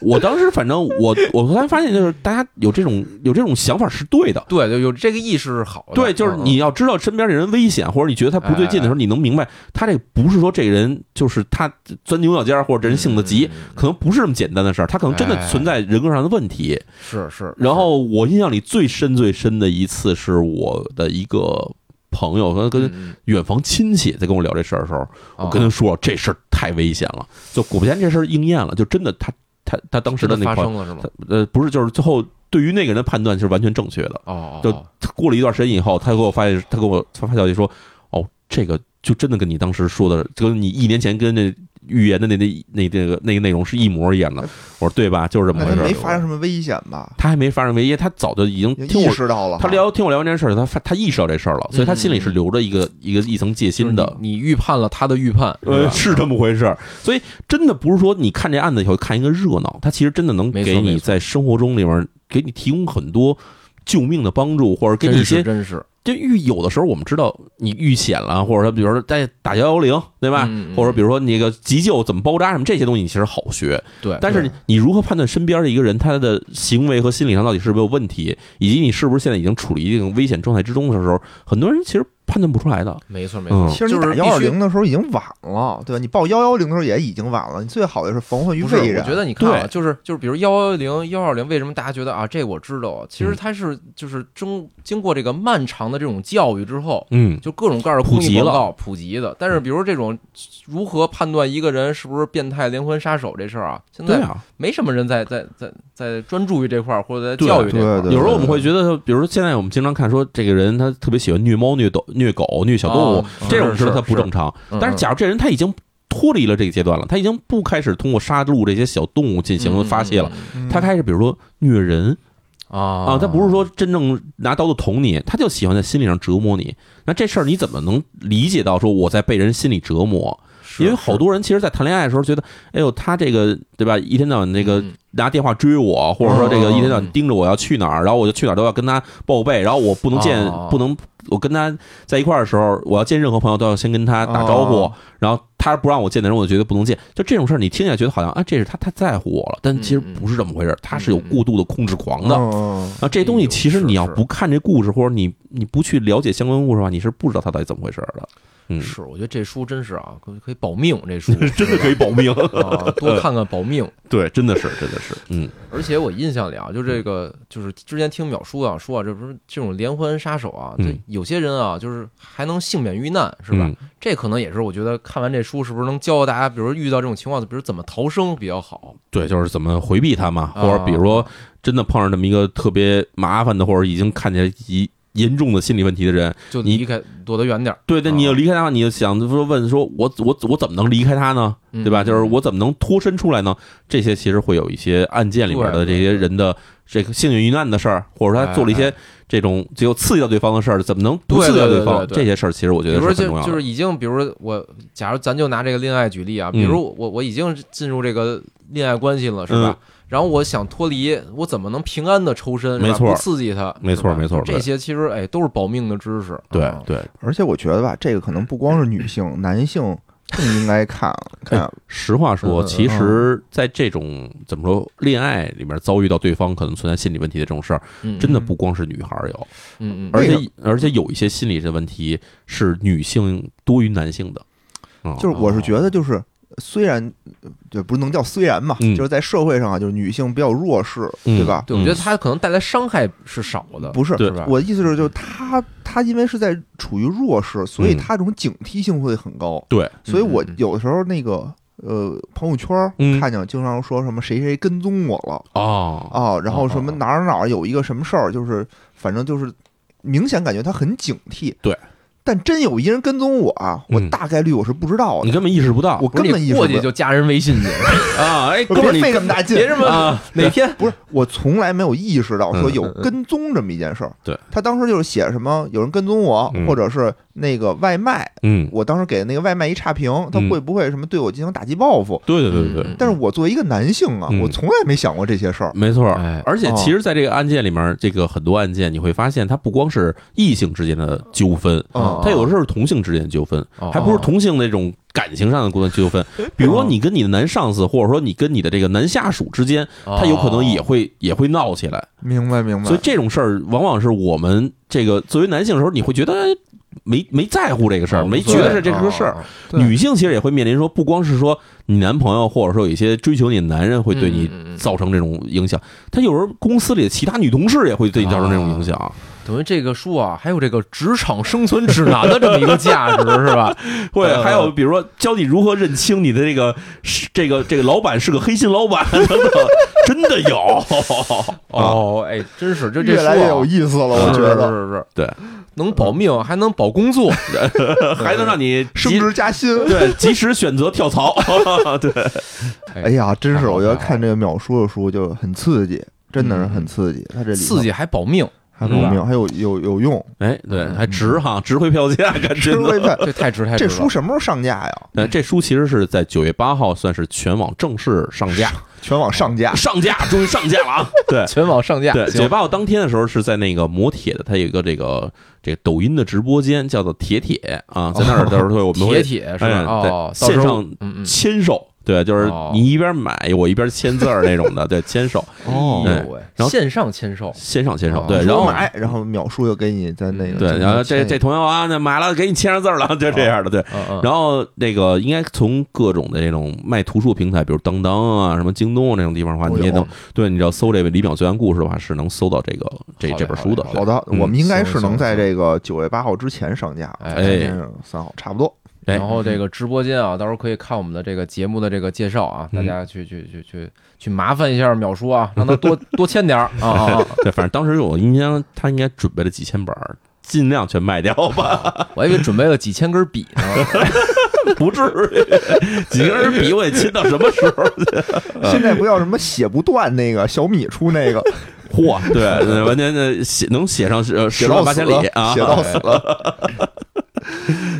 Speaker 3: 我当时反正我我突然发现就是大家有这种有这种想法是对的，
Speaker 2: 对，就有这个意识是好的，嗯
Speaker 3: 对，就是你要知道身边这人危险，或者你觉得他不对劲
Speaker 2: 哎
Speaker 3: 的时候，你能明白他这不是说这个人就是他钻牛角尖儿，或者这人性子急
Speaker 2: 嗯嗯嗯，
Speaker 3: 可能不是这么简单的事儿，他可能真
Speaker 2: 哎哎
Speaker 3: 的
Speaker 2: 哎
Speaker 3: 存在人格上的问题。
Speaker 2: 是是，
Speaker 3: 然后我印象里最深最深的一次是我的一个朋友，跟跟
Speaker 2: 跟
Speaker 3: 远房亲戚在跟我聊这事儿的时候，
Speaker 2: 哦
Speaker 3: 我跟他说这事儿太危险了，就果不其然这事儿应验了，就真的他他他当时的那
Speaker 2: 发
Speaker 3: 款
Speaker 2: 生了是吗？
Speaker 3: 呃不是就是最后对于那个人的判断是完全正确的。
Speaker 2: 哦，
Speaker 3: 就过了一段时间以后，他给我发现，他给我发发消息说，哦，这个就真的跟你当时说的，就跟你一年前跟那预言的那那那这个那个内容是一模一样的。我说对吧？就是这么
Speaker 1: 哎
Speaker 3: 回
Speaker 1: 他
Speaker 3: 事
Speaker 1: 没
Speaker 3: 儿。
Speaker 1: 发生什么危险吧？
Speaker 3: 他还没发生危机，他早就已经听
Speaker 1: 意
Speaker 3: 我
Speaker 1: 识到了，
Speaker 3: 他聊听我聊完这件事儿，他发他意识到这事儿了，所以他心里是留着一个一个一层戒心的。
Speaker 2: 你预判了他的预判，
Speaker 3: 呃，是这么回事儿，所以真的不是说你看这案子以后看一个热闹，它其实真的能
Speaker 2: 没错
Speaker 3: 给
Speaker 2: 没
Speaker 3: 你
Speaker 2: 错
Speaker 3: 在生活中里面给你提供很多救命的帮助，或者给
Speaker 2: 真
Speaker 3: 你一
Speaker 2: 嗯是
Speaker 3: 些
Speaker 2: 真是，
Speaker 3: 就遇有的时候我们知道你遇险了，或者说比如说在打幺幺零，对吧？
Speaker 2: 嗯嗯
Speaker 3: 或者比如说那个急救怎么包扎什么这些东西，你其实好学。
Speaker 2: 嗯对，
Speaker 3: 但是
Speaker 1: 对
Speaker 3: 你如何判断身边的一个人他的行为和心理上到底是不是有问题，以及你是不是现在已经处于一种危险状态之中的时候，很多人其实判断不出来的。
Speaker 2: 没错没
Speaker 3: 嗯
Speaker 2: 错，
Speaker 1: 其实
Speaker 2: 就
Speaker 1: 你
Speaker 2: 是
Speaker 1: 打
Speaker 2: 必须
Speaker 1: 幺二零的时候已经晚了，对吧？你报幺幺零的时候也已经晚了。你最好的是防患于
Speaker 2: 不是，
Speaker 1: 未
Speaker 2: 我
Speaker 1: 然。
Speaker 2: 觉得你看啊，
Speaker 3: 对
Speaker 2: 就是就是，比如幺幺零、幺二零，为什么大家觉得啊，这我知道？其实它是就是中经过这个漫长的这种教育之后，
Speaker 3: 嗯，
Speaker 2: 就各种各样的
Speaker 3: 普
Speaker 2: 公益
Speaker 3: 及
Speaker 2: 广
Speaker 3: 了
Speaker 2: 告普及的。但是，比如这种如何判断一个人是不是变态连环杀手这事儿啊，现
Speaker 3: 对
Speaker 2: 在
Speaker 3: 啊，
Speaker 2: 没什么人在在在在专注于这块儿，或者在
Speaker 3: 对
Speaker 2: 教育这块儿。
Speaker 1: 对对
Speaker 3: 有时候我们会觉得，比如说现在我们经常看说，这个人他特别喜欢虐猫、虐狗、虐狗、虐小动物
Speaker 2: 哦，
Speaker 3: 这种
Speaker 2: 是
Speaker 3: 是
Speaker 2: 是
Speaker 3: 他不
Speaker 2: 是
Speaker 3: 正常。
Speaker 2: 嗯
Speaker 3: 但是，假如这人他已经脱离了这个阶段了，他已经不开始通过杀戮这些小动物进行发泄了，
Speaker 1: 嗯
Speaker 3: 他开始比如说虐人
Speaker 2: 啊
Speaker 3: 啊，他不是说真正拿刀子捅你，他就喜欢在心理上折磨你。那这事儿你怎么能理解到说我在被人心理折磨？
Speaker 2: 是，
Speaker 3: 因为好多人其实，在谈恋爱的时候觉得，哎呦，他这个对吧，一天到晚那个
Speaker 2: 嗯
Speaker 3: 拿电话追我，或者说这个一天到
Speaker 2: 嗯
Speaker 3: 晚盯着我要去哪儿，然后我就去哪儿都要跟他报备，然后我不能见
Speaker 2: 哦，
Speaker 3: 不能我跟他在一块儿的时候，我要见任何朋友都要先跟他打招呼
Speaker 1: 哦，
Speaker 3: 然后他不让我见的人，我就觉得不能见。就这种事儿，你听起来觉得好像啊，这是他太在乎我了，但其实
Speaker 2: 嗯嗯嗯
Speaker 3: 不是这么回事儿，他是有过度的控制狂的。
Speaker 1: 嗯
Speaker 3: 啊，这东西其实
Speaker 2: 是
Speaker 3: 你要
Speaker 2: 是
Speaker 3: 不看这故事，或者你你不去了解相关故事的话，你是不知道他到底怎么回事儿的。嗯，
Speaker 2: 是， 我觉得这书真是啊，可可以保命，这书
Speaker 3: 真的可以保命。
Speaker 2: 啊，
Speaker 3: 呃
Speaker 2: 多看看保命。
Speaker 3: 对，真的是，真的是，嗯，
Speaker 2: 而且我印象里啊，就这个，就是之前听淼叔啊说啊，这不是这种连环杀手啊，这
Speaker 3: 嗯
Speaker 2: 有些人啊，就是还能幸免遇难，是吧？这可能也是我觉得看完这书是不是能教教大家，比如遇到这种情况，比如怎么逃生比较好。
Speaker 3: 对，就是怎么回避它嘛，
Speaker 2: 啊
Speaker 3: 或者比如说真的碰上这么一个特别麻烦的，或者已经看起来严严重的心理问题的人，
Speaker 2: 就
Speaker 3: 你
Speaker 2: 离开躲得远点儿，
Speaker 3: 对，但
Speaker 2: 啊
Speaker 3: 你要离开他，你就想说问说我我我怎么能离开他呢？
Speaker 2: 嗯
Speaker 3: 对吧？就是我怎么能脱身出来呢？这些其实会有一些案件里面的
Speaker 2: 对
Speaker 3: 这
Speaker 2: 对
Speaker 3: 些人的这个幸运遇难的事儿，或者说他做了一
Speaker 2: 哎
Speaker 3: 些这种只有刺激到对方的事儿，怎么能不
Speaker 2: 对
Speaker 3: 刺激到
Speaker 2: 对对
Speaker 3: 方？
Speaker 2: 对对
Speaker 3: 这些事儿其实我觉
Speaker 2: 比
Speaker 3: 得
Speaker 2: 如
Speaker 3: 是
Speaker 2: 说
Speaker 3: 很
Speaker 2: 就
Speaker 3: 重要
Speaker 2: 就
Speaker 3: 的
Speaker 2: 是。已经，比如说我，假如咱就拿这个恋爱举例啊，比
Speaker 3: 嗯
Speaker 2: 如我我已经进入这个恋爱关系了，是吧？然后我想脱离，我怎么能平安的抽身？是吧
Speaker 3: 没错
Speaker 2: 不刺激他，
Speaker 3: 没错
Speaker 2: 是吧
Speaker 3: 没错对
Speaker 2: 这些其实哎都是保命的知识。
Speaker 3: 对
Speaker 2: 啊
Speaker 3: 对，
Speaker 1: 而且我觉得吧，这个可能不光是女性，男性更应该看
Speaker 3: 哎
Speaker 1: 看。
Speaker 3: 实话说，
Speaker 2: 嗯嗯
Speaker 3: 其实，在这种怎么说恋爱里面遭遇到对方可能存在心理问题的这种事儿，
Speaker 2: 嗯
Speaker 3: 真的不光是女孩儿有，
Speaker 2: 嗯嗯，
Speaker 3: 而
Speaker 1: 那
Speaker 3: 且而且有一些心理的问题是女性多于男性的，嗯
Speaker 1: 就是我是觉得，就是虽然呃就不能叫虽然嘛，
Speaker 3: 嗯
Speaker 1: 就是在社会上啊，就是女性比较弱势，
Speaker 3: 嗯
Speaker 1: 对吧？
Speaker 2: 对，我觉得它可能带来伤害是少的，
Speaker 1: 不是
Speaker 3: 对
Speaker 2: 是吧？
Speaker 1: 我的意思是，就是她她因为是在处于弱势，所以
Speaker 3: 嗯
Speaker 1: 她这种警惕性会很高。
Speaker 3: 对，
Speaker 1: 所以我
Speaker 2: 嗯嗯嗯
Speaker 1: 有的时候那个呃朋友圈儿
Speaker 3: 嗯
Speaker 1: 看见经常说什么谁谁跟踪我了
Speaker 3: 哦，
Speaker 1: 啊，然后什么
Speaker 3: 哦哦
Speaker 1: 哪儿哪儿有一个什么事儿，就是反正就是明显感觉她很警惕。
Speaker 3: 对。
Speaker 1: 但真有一人跟踪我啊，我
Speaker 3: 嗯
Speaker 1: 大概率我是不知道
Speaker 3: 你
Speaker 1: 的，
Speaker 3: 根本意识不到
Speaker 1: 我
Speaker 2: 不是
Speaker 1: 根本
Speaker 2: 你
Speaker 1: 意识
Speaker 2: 过
Speaker 1: 不
Speaker 2: 去
Speaker 1: 到。
Speaker 2: 就加人微信去，
Speaker 3: 啊！哎，哥
Speaker 1: 我
Speaker 3: 们儿，
Speaker 1: 别
Speaker 3: 你
Speaker 1: 费这么大劲，
Speaker 2: 别这么
Speaker 3: 啊，
Speaker 2: 哪天
Speaker 1: 不是，我从来没有意识到说
Speaker 3: 嗯
Speaker 1: 有跟踪这么一件事儿。
Speaker 3: 对
Speaker 1: 他当时就是写什么有人跟踪我，
Speaker 3: 嗯
Speaker 1: 或者是那个外卖，
Speaker 3: 嗯，
Speaker 1: 我当时给那个外卖一差评，他
Speaker 3: 嗯
Speaker 1: 会不会什么对我进行打击报复？
Speaker 3: 对对对对对
Speaker 2: 嗯，
Speaker 1: 但是我作为一个男性啊，
Speaker 3: 嗯
Speaker 1: 我从来没想过这些事儿。
Speaker 3: 没错
Speaker 2: 哎。
Speaker 3: 而且
Speaker 1: 哦
Speaker 3: 其实，在这个案件里面，这个很多案件你会发现，它不光是异性之间的纠纷，
Speaker 1: 嗯
Speaker 3: 它有的时候是同性之间的纠纷，
Speaker 2: 哦
Speaker 3: 还不是同性那种感情上的过纠纷，比如
Speaker 1: 啊
Speaker 2: 嗯
Speaker 3: 说你跟你的男上司，或者说你跟你的这个男下属之间，
Speaker 2: 哦
Speaker 3: 他有可能也会也会闹起来。
Speaker 1: 明白明白
Speaker 3: 所以这种事儿，往往是我们这个作为男性的时候，你会觉得哎没没在乎这个事儿，
Speaker 2: 哦
Speaker 3: 没
Speaker 2: 对
Speaker 3: 觉得是这是个事儿。
Speaker 2: 哦
Speaker 1: 对
Speaker 3: 女性其实也会面临说，不光是说你男朋友，或者说有一些追求你的男人会对你
Speaker 2: 嗯嗯嗯
Speaker 3: 造成这种影响，他有时候公司里的其他女同事也会对你造成这种影
Speaker 2: 啊
Speaker 3: 响。
Speaker 2: 等于这个书啊，还有这个职场生存指南的这么一个价值，是 吧？
Speaker 3: 会
Speaker 2: 嗯，
Speaker 3: 还有比如说教你如何认清你的这个是这个这个老板是个黑心老板 等等，真的有。啊
Speaker 2: 哦，哎，真是这这
Speaker 1: 越来
Speaker 2: 书啊
Speaker 1: 越有意思了，
Speaker 2: 是
Speaker 1: 我觉
Speaker 2: 是
Speaker 1: 得
Speaker 2: 是是，
Speaker 3: 对，
Speaker 2: 能保命还能保工作，
Speaker 3: 还能让你
Speaker 1: 升
Speaker 3: 及
Speaker 1: 职加薪。
Speaker 3: 对及时选择跳 槽。对，
Speaker 1: 哎呀，真
Speaker 2: 太
Speaker 1: 是
Speaker 2: 好
Speaker 1: 我觉得
Speaker 2: 太好
Speaker 1: 看这个秒叔的书就很刺激，真的是
Speaker 2: 嗯
Speaker 1: 很刺激。他这里头
Speaker 2: 刺激还保命，
Speaker 1: 还有没有还有有有用？
Speaker 3: 哎，对，还值哈，值回票价，感觉
Speaker 1: 吃
Speaker 3: 呢。
Speaker 1: 外卖，
Speaker 2: 这太 值太值
Speaker 1: 这
Speaker 2: 了。
Speaker 1: 书什么时候上架呀？
Speaker 3: 呃，这书其实是在九月八号算是全网正式上架，
Speaker 1: 全网上
Speaker 2: 哦
Speaker 1: 架。
Speaker 3: 上架终于上架了啊！ 对。
Speaker 2: 全网上架，
Speaker 3: 对，九
Speaker 2: 行
Speaker 3: 月八号当天的时候是在那个磨铁的，它有一个这个这个抖音的直播间，叫做铁铁啊，在那儿到时候我们
Speaker 2: 铁
Speaker 3: 会
Speaker 2: 铁是
Speaker 3: 哎
Speaker 2: 吧？
Speaker 3: 对
Speaker 2: 哦，到
Speaker 3: 线
Speaker 2: 时候
Speaker 3: 上
Speaker 2: 嗯嗯，
Speaker 3: 签售，对，就是
Speaker 2: 哦
Speaker 3: 你一边买我一边签字儿那种的，对，签售
Speaker 1: 哦
Speaker 2: 哎呦喂，
Speaker 3: 然后
Speaker 2: 线上签售，
Speaker 3: 线上签售
Speaker 2: 哦，
Speaker 3: 对，
Speaker 1: 你
Speaker 3: 然
Speaker 1: 说
Speaker 3: 后
Speaker 1: 买，然后秒叔就给你在那个
Speaker 3: 对，然后这
Speaker 1: 签
Speaker 3: 这同学啊，那买了给你签上字儿了，就这样的，对。
Speaker 2: 嗯嗯，
Speaker 3: 然后哎那个应该从各种的这种卖图书平台，比如当当啊、什么京东啊这种地方的话，
Speaker 1: 哦
Speaker 3: 你也
Speaker 1: 有
Speaker 3: 能对，你只要搜这个《李淼罪案故事》的话，是能搜到这个这
Speaker 2: 好嘞
Speaker 3: 这本书的。
Speaker 1: 好的，
Speaker 3: 嗯
Speaker 1: 我们应该是
Speaker 2: 行
Speaker 1: 能
Speaker 2: 行
Speaker 1: 在
Speaker 2: 行
Speaker 1: 这个九月八号之前上架。
Speaker 2: 哎
Speaker 1: 今天是三号差不多。
Speaker 3: 哎
Speaker 2: 然后这个直播间啊，到时候可以看我们的这个节目的这个介绍啊，大
Speaker 3: 嗯
Speaker 2: 家去去去去去麻烦一下淼叔啊，让他多多签点儿啊啊！啊
Speaker 3: 对，反正当时我印象他应该准备了几千本儿，尽量全卖掉 吧，
Speaker 2: 啊我还以为准备了几千根笔呢。
Speaker 3: 不至于几个人比我得亲到什么时候去？
Speaker 2: 呃
Speaker 1: 现在不叫什么写不断那个小米出那个，
Speaker 3: 嚯，对，那完全的写能写上 呃
Speaker 1: 写
Speaker 3: 十
Speaker 1: 到
Speaker 3: 万
Speaker 1: 死
Speaker 3: 八千里
Speaker 1: 了
Speaker 3: 啊，
Speaker 1: 写到死了。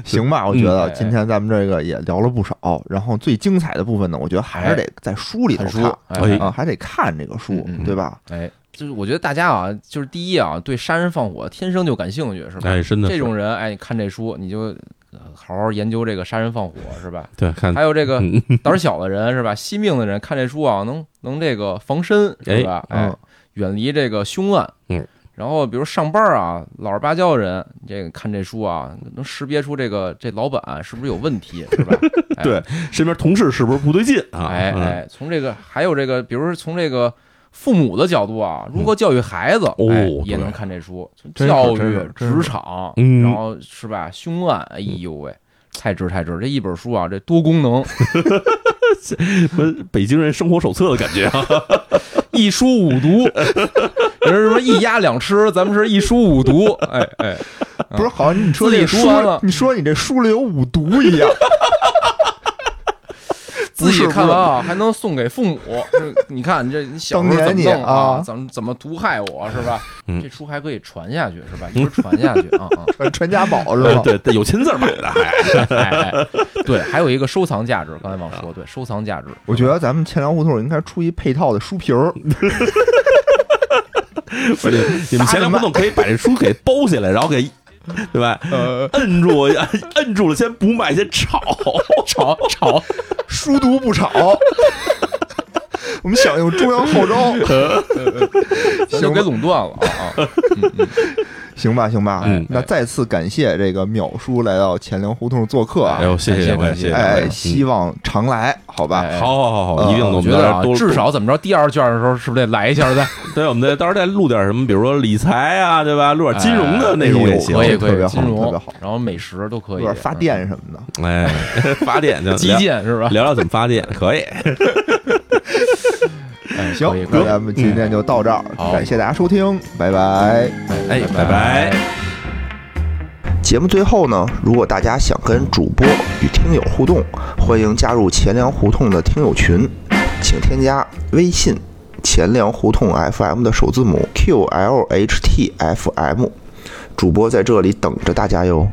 Speaker 1: 行吧，我觉得
Speaker 2: 嗯
Speaker 1: 今天咱们这个也聊了不少，然后最精彩的部分呢，我觉得还是得在书里头
Speaker 2: 看书
Speaker 1: 看，
Speaker 3: 哎
Speaker 1: 啊，还得看这个书
Speaker 2: 嗯嗯，嗯
Speaker 1: 对吧？
Speaker 2: 哎，就是我觉得大家啊，就是第一啊，对杀人放火天生就感兴趣，是吧？
Speaker 3: 哎，真的是
Speaker 2: 这种人，哎，你看这书，你就呃好好研究这个杀人放火，是吧？
Speaker 3: 对，看
Speaker 2: 还有这个
Speaker 3: 嗯
Speaker 2: 胆儿小的人，是吧？惜命的人，看这书啊，能能这个防身，是吧？哎
Speaker 1: 嗯，
Speaker 2: 远离这个凶案。
Speaker 3: 嗯。
Speaker 2: 然后，比如上班啊，老实巴交的人，这个看这书啊，能识别出这个这老板是不是有问题，是吧？哎
Speaker 3: 对身边同事是不是不对劲啊？
Speaker 2: 哎
Speaker 3: 嗯，
Speaker 2: 哎，从这个还有这个，比如说从这个父母的角度啊，如何教育孩子，
Speaker 3: 嗯
Speaker 2: 哎
Speaker 3: 哦
Speaker 2: 也
Speaker 3: 对
Speaker 2: 能看这书。从
Speaker 1: 真是
Speaker 2: 教
Speaker 1: 真
Speaker 2: 育
Speaker 1: 是、真是
Speaker 2: 职场，
Speaker 3: 嗯
Speaker 2: 然后是吧？凶案，哎呦喂，太值太值！这一本书啊，这多功能，
Speaker 3: 什么北京人生活手册的感觉 啊？
Speaker 2: 一书五读。 人是什么一鸭两吃，咱们是一书五读。哎哎，
Speaker 1: 不是，好像你说这
Speaker 2: 自己
Speaker 1: 书
Speaker 2: 读完了，
Speaker 1: 你说你这书里有五毒一样，
Speaker 2: 自己
Speaker 1: 不是
Speaker 2: 看完啊，还能送给父母。这你看，这你小时候怎
Speaker 1: 当
Speaker 2: 么
Speaker 1: 年你
Speaker 2: 弄
Speaker 1: 啊
Speaker 2: 怎么怎么毒害我是吧？
Speaker 3: 嗯
Speaker 2: 这书还可以传下去 是吧？一直传下去啊啊！
Speaker 1: 传传家宝是
Speaker 3: 对
Speaker 1: 吧？
Speaker 3: 对对，有签字儿买的，还
Speaker 2: 哎，哎对，还有一个收藏价值，刚才忘说，对，收藏价值，
Speaker 1: 我觉得咱们千粮胡同应该出一配套的书皮儿，
Speaker 3: 不 是你们前两活动可以把这书给包起来，然后给对吧？
Speaker 1: 呃，
Speaker 3: 摁住，摁 摁住了，先不卖，先 炒。
Speaker 2: 炒炒，
Speaker 1: 书读不炒。我们响应中央号召，
Speaker 2: 咱就给垄断了啊！ 啊
Speaker 1: 行吧，行吧。
Speaker 3: 嗯
Speaker 1: 那再次感谢这个淼叔来到钱粮胡同做客啊
Speaker 3: 哎，呦，谢谢两位，
Speaker 2: 感谢
Speaker 3: 谢谢两
Speaker 1: 哎，
Speaker 3: 位。
Speaker 1: 希望常来，好吧？
Speaker 2: 哎
Speaker 3: 好好好好，
Speaker 1: 呃
Speaker 3: 一定的，
Speaker 2: 我
Speaker 3: 我
Speaker 2: 觉
Speaker 3: 们
Speaker 2: 得
Speaker 3: 到时
Speaker 2: 啊
Speaker 3: 候，多
Speaker 2: 至少怎么着，第二卷的时候是不是得来一下再？
Speaker 3: 对，我们再到时候再录点什么，比如说理财啊，对吧？录点金融的内容
Speaker 1: 哎
Speaker 3: 也
Speaker 1: 呦
Speaker 3: 行。
Speaker 2: 可以
Speaker 1: 特
Speaker 2: 可
Speaker 1: 别好
Speaker 2: 以，金
Speaker 1: 特
Speaker 2: 融
Speaker 1: 别好，
Speaker 2: 然后美食都可
Speaker 1: 有
Speaker 2: 以，
Speaker 1: 点发电什么的。
Speaker 3: 哎，发电就
Speaker 2: 嗯，基建是吧？
Speaker 3: 聊聊怎么发电，可以。
Speaker 2: 哎
Speaker 1: 行
Speaker 2: 可以，可
Speaker 1: 那
Speaker 2: 以，
Speaker 1: 咱们今天就到这儿，
Speaker 2: 好
Speaker 1: 感谢大家收听，拜拜。
Speaker 3: 哎，拜拜。
Speaker 1: 节目最后呢，如果大家想跟主播与听友互动，欢迎加入钱粮胡同的听友群，请添加微信“钱粮胡同 FM” 的首字母 “QLHTFM”，主播在这里等着大家哟。